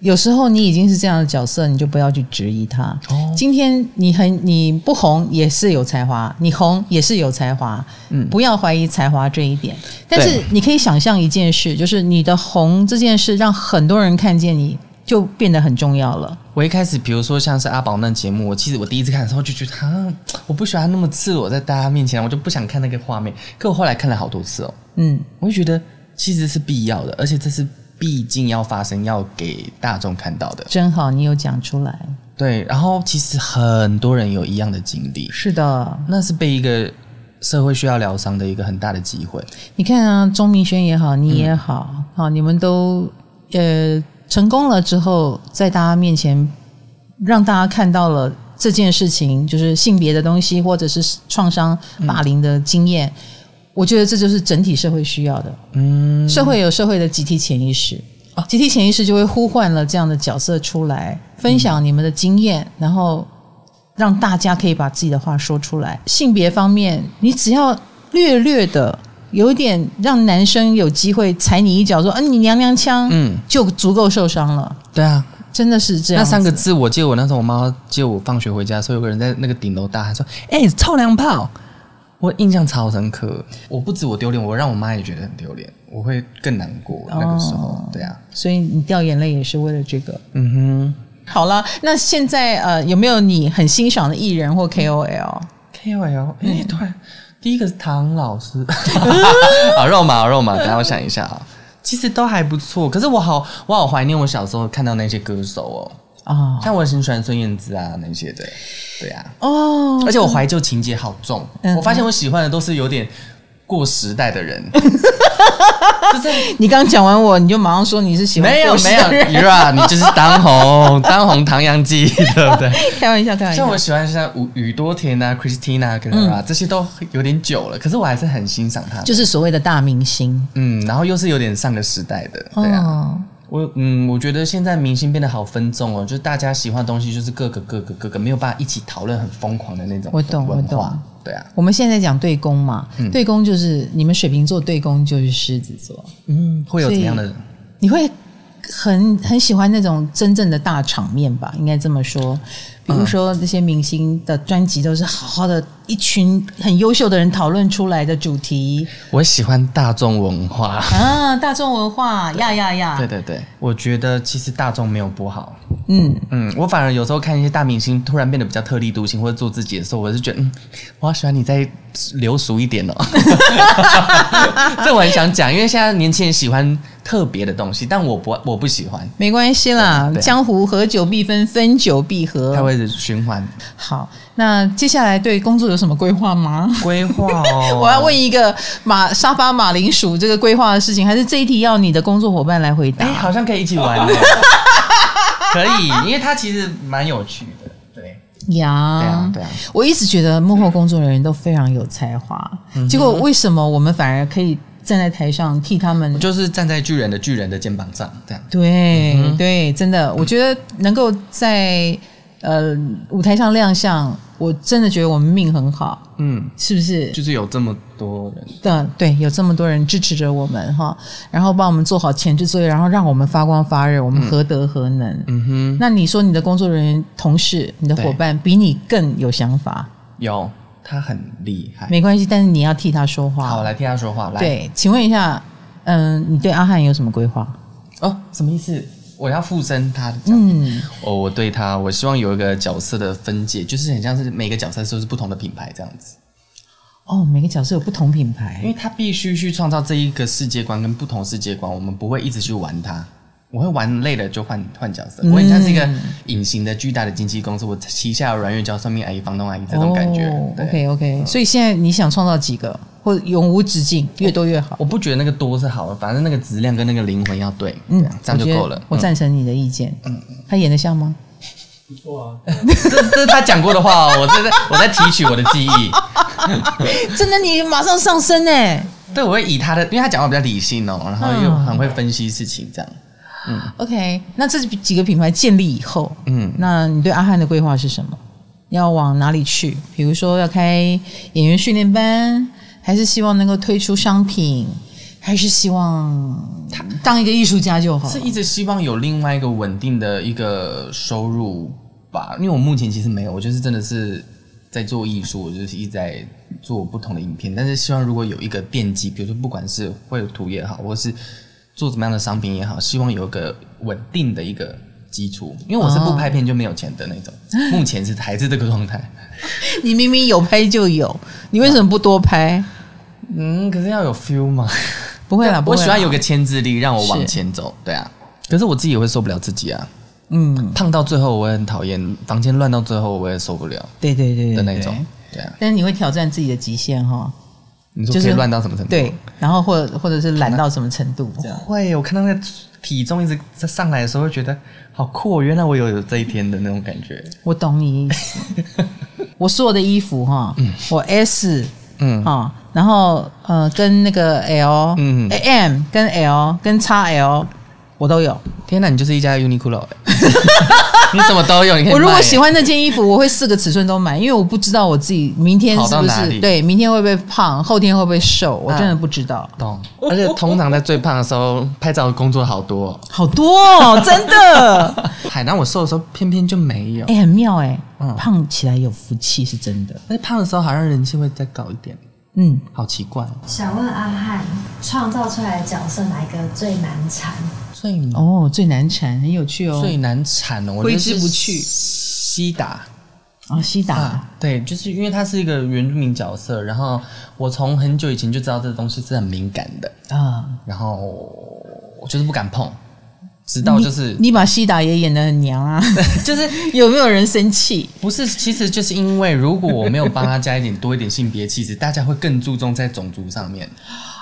Speaker 1: 有时候你已经是这样的角色，你就不要去质疑他。
Speaker 2: 哦
Speaker 1: 今天你很你不红也是有才华，你红也是有才华，
Speaker 2: 嗯
Speaker 1: 不要怀疑才华这一点。但是你可以想象一件事，就是你的红这件事让很多人看见你，就变得很重要了。
Speaker 2: 我一开始，比如说像是阿宝那节目，我其实我第一次看的时候就觉得，啊，我不喜欢那么赤裸在大家面前，我就不想看那个画面。可我后来看了好多次哦，
Speaker 1: 嗯，
Speaker 2: 我就觉得其实是必要的，而且这是毕竟要发生，要给大众看到的。
Speaker 1: 真好，你有讲出来。
Speaker 2: 对，然后其实很多人有一样的经历，
Speaker 1: 是的，
Speaker 2: 那是被一个社会需要疗伤的一个很大的机会。
Speaker 1: 你看啊，钟明轩也好，你也好，好、你们都呃成功了之后，在大家面前让大家看到了这件事情，就是性别的东西，或者是创伤霸凌的经验。我觉得这就是整体社会需要的。
Speaker 2: 嗯，
Speaker 1: 社会有社会的集体潜意识
Speaker 2: 啊，
Speaker 1: 集体潜意识就会呼唤了这样的角色出来，分享你们的经验，然后让大家可以把自己的话说出来。性别方面，你只要略略的有一点让男生有机会踩你一脚，说：“啊，你娘娘腔。”
Speaker 2: 嗯，
Speaker 1: 就足够受伤了，
Speaker 2: 对啊，
Speaker 1: 真的是这样
Speaker 2: 那
Speaker 1: 子。
Speaker 2: 三个字，我记得我那时候我妈接我放学回家，所以有个人在那个顶楼大喊说：“哎、臭娘炮！”我印象超深刻。我不止我丢脸，我让我妈也觉得很丢脸，我会更难过。那个时候，
Speaker 1: 哦
Speaker 2: 对啊，
Speaker 1: 所以你掉眼泪也是为了这个。
Speaker 2: 嗯
Speaker 1: 好了，那现在呃，有没有你很欣赏的艺人或 KOL？
Speaker 2: 哼，KOL，哎、突然第一个是唐老师， 好肉麻好肉麻，等一下我想一下啊。其实都还不错，可是我好我好怀念我小时候看到那些歌手哦，
Speaker 1: 啊
Speaker 2: 像我很喜欢孙燕姿啊那些的，对啊。
Speaker 1: 哦，
Speaker 2: 而且我怀旧情节好重，
Speaker 1: 嗯
Speaker 2: 我发现我喜欢的都是有点过时代的人，就是
Speaker 1: 你刚讲完我，你就马上说你是喜欢
Speaker 2: 没有
Speaker 1: 过时
Speaker 2: 没
Speaker 1: 的人
Speaker 2: 有，Ira，你就是当红当红唐扬鸡，对不对？
Speaker 1: 开玩笑，开玩
Speaker 2: 像
Speaker 1: 笑
Speaker 2: 我。喜欢像宇宇多田啊、Christina 跟 Ira、这些都有点久了，可是我还是很欣赏他
Speaker 1: 嗯
Speaker 2: 们。
Speaker 1: 就是所谓的大明星，
Speaker 2: 嗯，然后又是有点上个时代的，对啊。
Speaker 1: 哦，
Speaker 2: 我嗯，我觉得现在明星变得好分众哦，就是大家喜欢的东西就是各个各个各个，没有办法一起讨论很疯狂的那种
Speaker 1: 我懂
Speaker 2: 文
Speaker 1: 我
Speaker 2: 化
Speaker 1: 懂，
Speaker 2: 对啊，
Speaker 1: 我们现在讲对宫嘛，
Speaker 2: 嗯
Speaker 1: 对宫就是你们水瓶座对宫就是狮子座，
Speaker 2: 嗯，会有怎样的人？
Speaker 1: 你会很很喜欢那种真正的大场面吧？应该这么说，比如说这些明星的专辑都是好好的一群很优秀的人讨论出来的主题
Speaker 2: 我喜欢大众 文化。
Speaker 1: 啊，大众文化呀呀呀，
Speaker 2: 对对对，我觉得其实大众没有不好。
Speaker 1: 嗯，
Speaker 2: 嗯，我反而有时候看一些大明星突然变得比较特立独行或者做自己的时候，我是觉得，嗯，我好喜欢你再流俗一点哦。哦 这我很想讲，因为现在年轻人喜欢特别的东西，但我不我不喜欢，
Speaker 1: 没关系啦
Speaker 2: 对，对
Speaker 1: 江湖合久必分，分久必合
Speaker 2: 它。会循环
Speaker 1: 好，那接下来对工作有什么规划吗？。
Speaker 2: 规划 哦
Speaker 1: 我要问一个马沙发马铃薯这个规划的事情，还是这一题要你的工作伙伴来回答？
Speaker 2: 哎、好像可以一起玩哦， 可以，因为它其实蛮有趣的。对，
Speaker 1: 呀，
Speaker 2: 对啊对啊
Speaker 1: 我一直觉得幕后工作人员都非常有才华，结果为什么我们反而可以站在台上替他们
Speaker 2: 我？就是站在巨人的巨人的肩膀上，这样。
Speaker 1: 对、对，真的，我觉得能够在呃舞台上亮相，我真的觉得我们命很好，
Speaker 2: 嗯，
Speaker 1: 是不是？
Speaker 2: 就是有这么多人。
Speaker 1: 的对，有这么多人支持着我们哈，然后帮我们做好前置作业，然后让我们发光发热，我们何德何能？
Speaker 2: 嗯哼。
Speaker 1: 那你说你的工作人员、同事、你的伙伴比你更有想法，
Speaker 2: 有，他很厉害。
Speaker 1: 没关系，但是你要替他说话。
Speaker 2: 好，我来替他说话。来，
Speaker 1: 啊对，请问一下，嗯，你对阿汉有什么规划？
Speaker 2: 哦，什么意思？我要附身他的角色。
Speaker 1: 嗯，
Speaker 2: 哦，我对他，我希望有一个角色的分界，就是很像是每个角色都是不同的品牌这样子，
Speaker 1: 哦，每个角色有不同品
Speaker 2: 因
Speaker 1: 牌，
Speaker 2: 为他必须去创造这一个世界观跟不同世界观，我们不会一直去玩他。我会玩累了就换换角
Speaker 1: 嗯
Speaker 2: 色，我很像是一个隐形的巨大的经纪公司，我旗下有软月娇、算命阿姨、房东阿姨这种感觉。对
Speaker 1: 哦
Speaker 2: 嗯
Speaker 1: OK OK，所以现在你想创造几个，或永无止境，越多越好。
Speaker 2: 我不觉得那个多是好的，反正那个质量跟那个灵魂要对，嗯，这样就够了。
Speaker 1: 我
Speaker 2: 嗯
Speaker 1: 赞成你的意见。嗯，他演得像 吗？
Speaker 2: 这这是他讲过的话哦，我在我在提取我的记忆。
Speaker 1: 真的，你马上上升哎、
Speaker 2: 对，我会以他的，因为他讲话比较理性哦，然后又很会分析事情，这样。
Speaker 1: OK，那这几个品牌建立以后，
Speaker 2: 嗯
Speaker 1: 那你对阿汉的规划是什么？要往哪里去？比如说要开演员训练班，还是希望能够推出商品，还是希望当一个艺术家就好
Speaker 2: 是？一直希望有另外一个稳定的一个收入吧，因为我目前其实没有，我就是真的是在做艺术，我就是一直在做不同的影片，但是希望如果有一个奠基，比如说不管是绘图也好，或是做怎么样的商品也好，希望有一个稳定的一个基础，因为我是不拍片就没有钱的那 种，目前是还是这个状态。
Speaker 1: 你明明有拍就有，你为什么不多拍？
Speaker 2: 嗯，可是要有 feel 嘛。
Speaker 1: 不会啦，不
Speaker 2: 我
Speaker 1: 会啦
Speaker 2: 喜欢有个牵制力，让我往前走。对啊，可是我自己也会受不了自己啊。
Speaker 1: 嗯，
Speaker 2: 胖到最后我也很讨厌，房间乱到最后我也受不了
Speaker 1: 对对对对
Speaker 2: 的那
Speaker 1: 对
Speaker 2: 种。对啊，
Speaker 1: 但是你会挑战自己的极限哈，
Speaker 2: 你
Speaker 1: 就
Speaker 2: 说
Speaker 1: 是
Speaker 2: 可以乱到什么程度？
Speaker 1: 对，然后或或者是懒到什么程度这样。
Speaker 2: 会，我看到那个体重一直在上来的时候，会觉得好酷哦，原来我有有这一天的那种感觉。
Speaker 1: 我懂你意 思。我所有的衣服哈，我 S
Speaker 2: 嗯，
Speaker 1: 啊，然后呃，跟那个 L，
Speaker 2: 嗯
Speaker 1: 呃，M 跟 L 跟 XL 我都有。
Speaker 2: 天哪，你就是一家 Uniqlo，你什么都有。你可以
Speaker 1: 我如果
Speaker 2: 卖
Speaker 1: 喜，欢那件衣服，我会四个尺寸都买，因为我不知道我自己明天
Speaker 2: 好
Speaker 1: 是
Speaker 2: 到
Speaker 1: 不
Speaker 2: 哪
Speaker 1: 是
Speaker 2: 里嗯
Speaker 1: 对，明天会不会胖，后天会不会瘦，我真的不知道。
Speaker 2: 懂。而且通常在最胖的时候，拍照工作好多哦。
Speaker 1: 好多 哦，真的，
Speaker 2: 海南我瘦的时候，偏偏就没有。
Speaker 1: 哎，很妙哎
Speaker 2: 嗯，
Speaker 1: 胖起来有福气是真的。
Speaker 2: 但是胖的时候好像人气会再高一点，
Speaker 1: 嗯，
Speaker 2: 好奇怪、哦。
Speaker 4: 想问阿汉，创造出来的角色哪一个最难缠？
Speaker 2: 最
Speaker 1: 哦，最难缠，很有趣哦。
Speaker 2: 最难缠哦，我
Speaker 1: 挥之不去
Speaker 2: 西达
Speaker 1: 啊，西达，
Speaker 2: 啊，对，就是因为他是一个原住民角色，然后我从很久以前就知道这东西是很敏感的，
Speaker 1: 啊，
Speaker 2: 然后我就是不敢碰，直到就是
Speaker 1: 你把西达也演得很娘啊，
Speaker 2: 就是
Speaker 1: 有没有人生气？
Speaker 2: 不是，其实就是因为如果我没有帮他加一点多一点性别气质，大家会更注重在种族上面，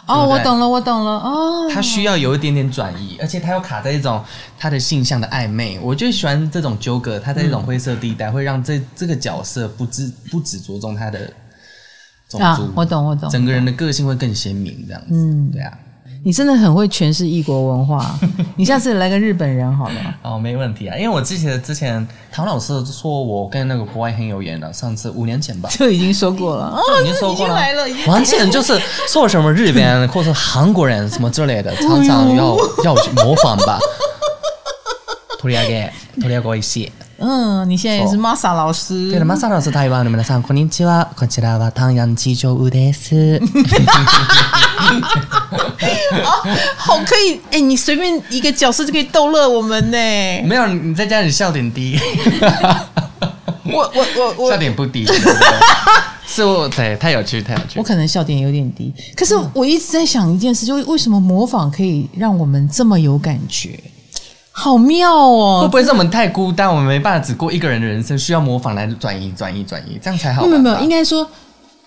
Speaker 1: 哦，
Speaker 2: 对不
Speaker 1: 我
Speaker 2: 对
Speaker 1: 懂了，我懂了，哦，
Speaker 2: 他需要有一点点转移，而且他又卡在一种他的性向的暧昧，我就喜欢这种纠葛，他在这种灰色地带、会让这这个角色不只不只着重他的种族，
Speaker 1: 啊，我懂，我懂，
Speaker 2: 整个人的个性会更鲜明这样子，
Speaker 1: 嗯
Speaker 2: 对啊，
Speaker 1: 你真的很会诠释异国文 化，你下次来个日本人好了，
Speaker 2: 哦，没问题啊，因为我之前之前唐老师说我跟那个国外很有缘了，上次五年前吧。
Speaker 1: 就已经说过了，哦，
Speaker 2: 已经说过
Speaker 1: 已经来了已经
Speaker 2: 完全就是说什么日本人或者韩国人什么之类的，常常要要 模仿吧。とりあげ、とりあげおいしい。
Speaker 1: 嗯，你现在也是 Masa 老师，
Speaker 2: 对了，マサロス台湾の皆さん、こんにちは。こちらは単ン地上 です。
Speaker 1: 好可以，哎、你随便一个角色就可以逗乐我们呢，
Speaker 2: 没有，你在家里笑点低，
Speaker 1: 我我我
Speaker 2: 笑
Speaker 1: 我。
Speaker 2: 点不 低，对不对是我对，太有趣，太有
Speaker 1: 我
Speaker 2: 趣。
Speaker 1: 可能笑点有点低，可
Speaker 2: 嗯
Speaker 1: 是我一直在想一件事，就是为什么模仿可以让我们这么有感觉，好妙哦！
Speaker 2: 会不会是我们太孤单，我们没办法只过一个人的人生，需要模仿来转移、转移、转移，这样才好玩
Speaker 1: 没有
Speaker 2: 吧？
Speaker 1: 没有，应该说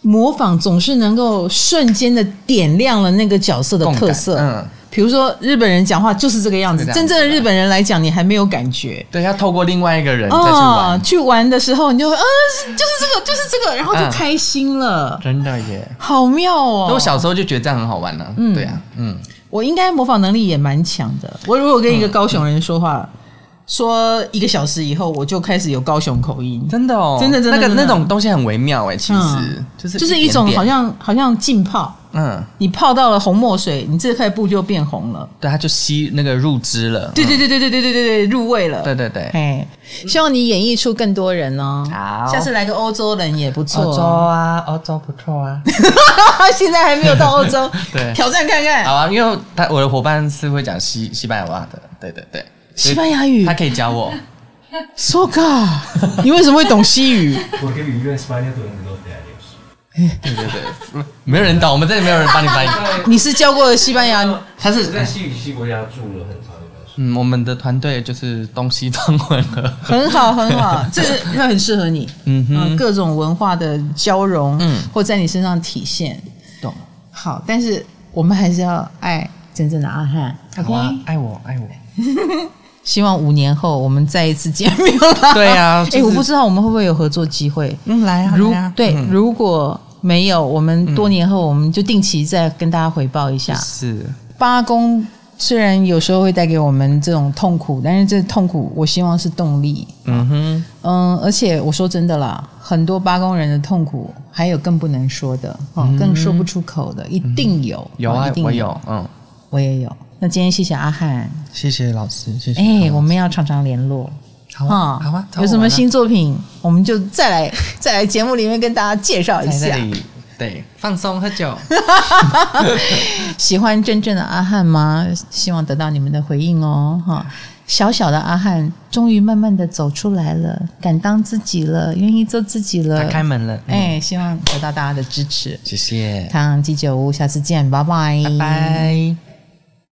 Speaker 1: 模仿总是能够瞬间的点亮了那个角色的
Speaker 2: 共
Speaker 1: 特
Speaker 2: 感
Speaker 1: 色。
Speaker 2: 嗯，
Speaker 1: 比如说日本人讲话就是这个样子，
Speaker 2: 是这
Speaker 1: 真
Speaker 2: 样
Speaker 1: 正的
Speaker 2: 子的
Speaker 1: 日本人来讲，你还没有感觉。哦
Speaker 2: 对，要透过另外一个人再去玩，
Speaker 1: 去玩的时候，你就会，嗯、就是这个，就是这个，然后就
Speaker 2: 嗯
Speaker 1: 开心了，
Speaker 2: 真的耶。
Speaker 1: 好妙哦！
Speaker 2: 嗯我小时候就觉得这样很好玩呢、
Speaker 1: 嗯
Speaker 2: 对啊，嗯，
Speaker 1: 我应该模仿能力也蛮强的。我如果跟一个高雄人说话，
Speaker 2: 嗯
Speaker 1: 说一个小时以后，我就开始有高雄口音，
Speaker 2: 真的哦，
Speaker 1: 真的真的
Speaker 2: 那个
Speaker 1: 真的
Speaker 2: 那种东西很微妙哎，其实、
Speaker 1: 嗯
Speaker 2: 就是
Speaker 1: 就是
Speaker 2: 一
Speaker 1: 一种
Speaker 2: 点点
Speaker 1: 好像好像浸泡，
Speaker 2: 嗯，
Speaker 1: 你泡到了红墨水，你这块布就变红了。
Speaker 2: 对，它就吸那个入汁了。
Speaker 1: 对
Speaker 2: 嗯
Speaker 1: 对对对对对对对对，入味了。
Speaker 2: 对对对，
Speaker 1: 哎，希望你演绎出更多人哦。
Speaker 2: 好
Speaker 1: 下次来个欧洲人也不错。
Speaker 2: 欧洲啊，欧洲不错啊。，
Speaker 1: 现在还没有到欧洲
Speaker 2: 对
Speaker 1: 挑战看看。
Speaker 2: 好啊，因为他我的伙伴是会讲西西班牙话的，对对对，所
Speaker 1: 西
Speaker 2: 以
Speaker 1: 班牙语
Speaker 2: 他可以教我。
Speaker 1: So g 你为什么会懂西语？
Speaker 5: Porque vivió en España durante 12 años.
Speaker 2: 对对对， 没有人懂，我们这里没有人帮你 翻译。
Speaker 1: 你是教过西班牙？
Speaker 2: 他
Speaker 5: 我
Speaker 2: 是
Speaker 5: 在西语系国家住了很长一段时间。
Speaker 2: 嗯，我们的团队就是东西方混合。
Speaker 1: 很好，很好，这个那很适合你。呃
Speaker 2: 嗯哼
Speaker 1: 各种文化的交融，
Speaker 2: 嗯
Speaker 1: 或在你身上体现。
Speaker 2: 懂。
Speaker 1: 好，但是我们还是要爱真正的阿汉。
Speaker 2: 好啊，爱我爱我。
Speaker 1: 希望五年后我们再一次见面啦。
Speaker 2: 对 啊
Speaker 1: 哎、
Speaker 2: 就是
Speaker 1: 我不知道我们会不会有合作机会。
Speaker 2: 嗯，来嗯
Speaker 1: 如对，如果没有，我们多年后我们就定期再跟大家回报一下。
Speaker 2: 是
Speaker 1: 八公虽然有时候会带给我们这种痛苦，但是这痛苦我希望是动力。
Speaker 2: 嗯哼，
Speaker 1: 嗯，而且我说真的啦，很多八工人的痛苦，还有更不能说的，哦，更说不出口的，一定有，
Speaker 2: 嗯有
Speaker 1: 哦
Speaker 2: 啊
Speaker 1: 一，定
Speaker 2: 我有，嗯，
Speaker 1: 我也有。那今天谢谢阿汉，
Speaker 2: 谢谢老师，谢谢。
Speaker 1: 哎、我们要常常联络。
Speaker 2: 好啊，好啊，
Speaker 1: 有什么
Speaker 2: 心
Speaker 1: 新作品，我们就再来 再来节目里面跟大家介绍一
Speaker 2: 在
Speaker 1: 下
Speaker 2: 这。里？对，放松喝酒。
Speaker 1: 喜欢真正的阿汉吗？希望得到你们的回应哦，哈。小小的阿汉终于慢慢的走出来了，敢当自己了，愿意做自己了
Speaker 2: 打。开门了，嗯，
Speaker 1: 哎，希望得到大家的支持。
Speaker 2: 谢谢，
Speaker 1: 唐鸡酒屋，下次见，拜拜，
Speaker 2: 拜。拜。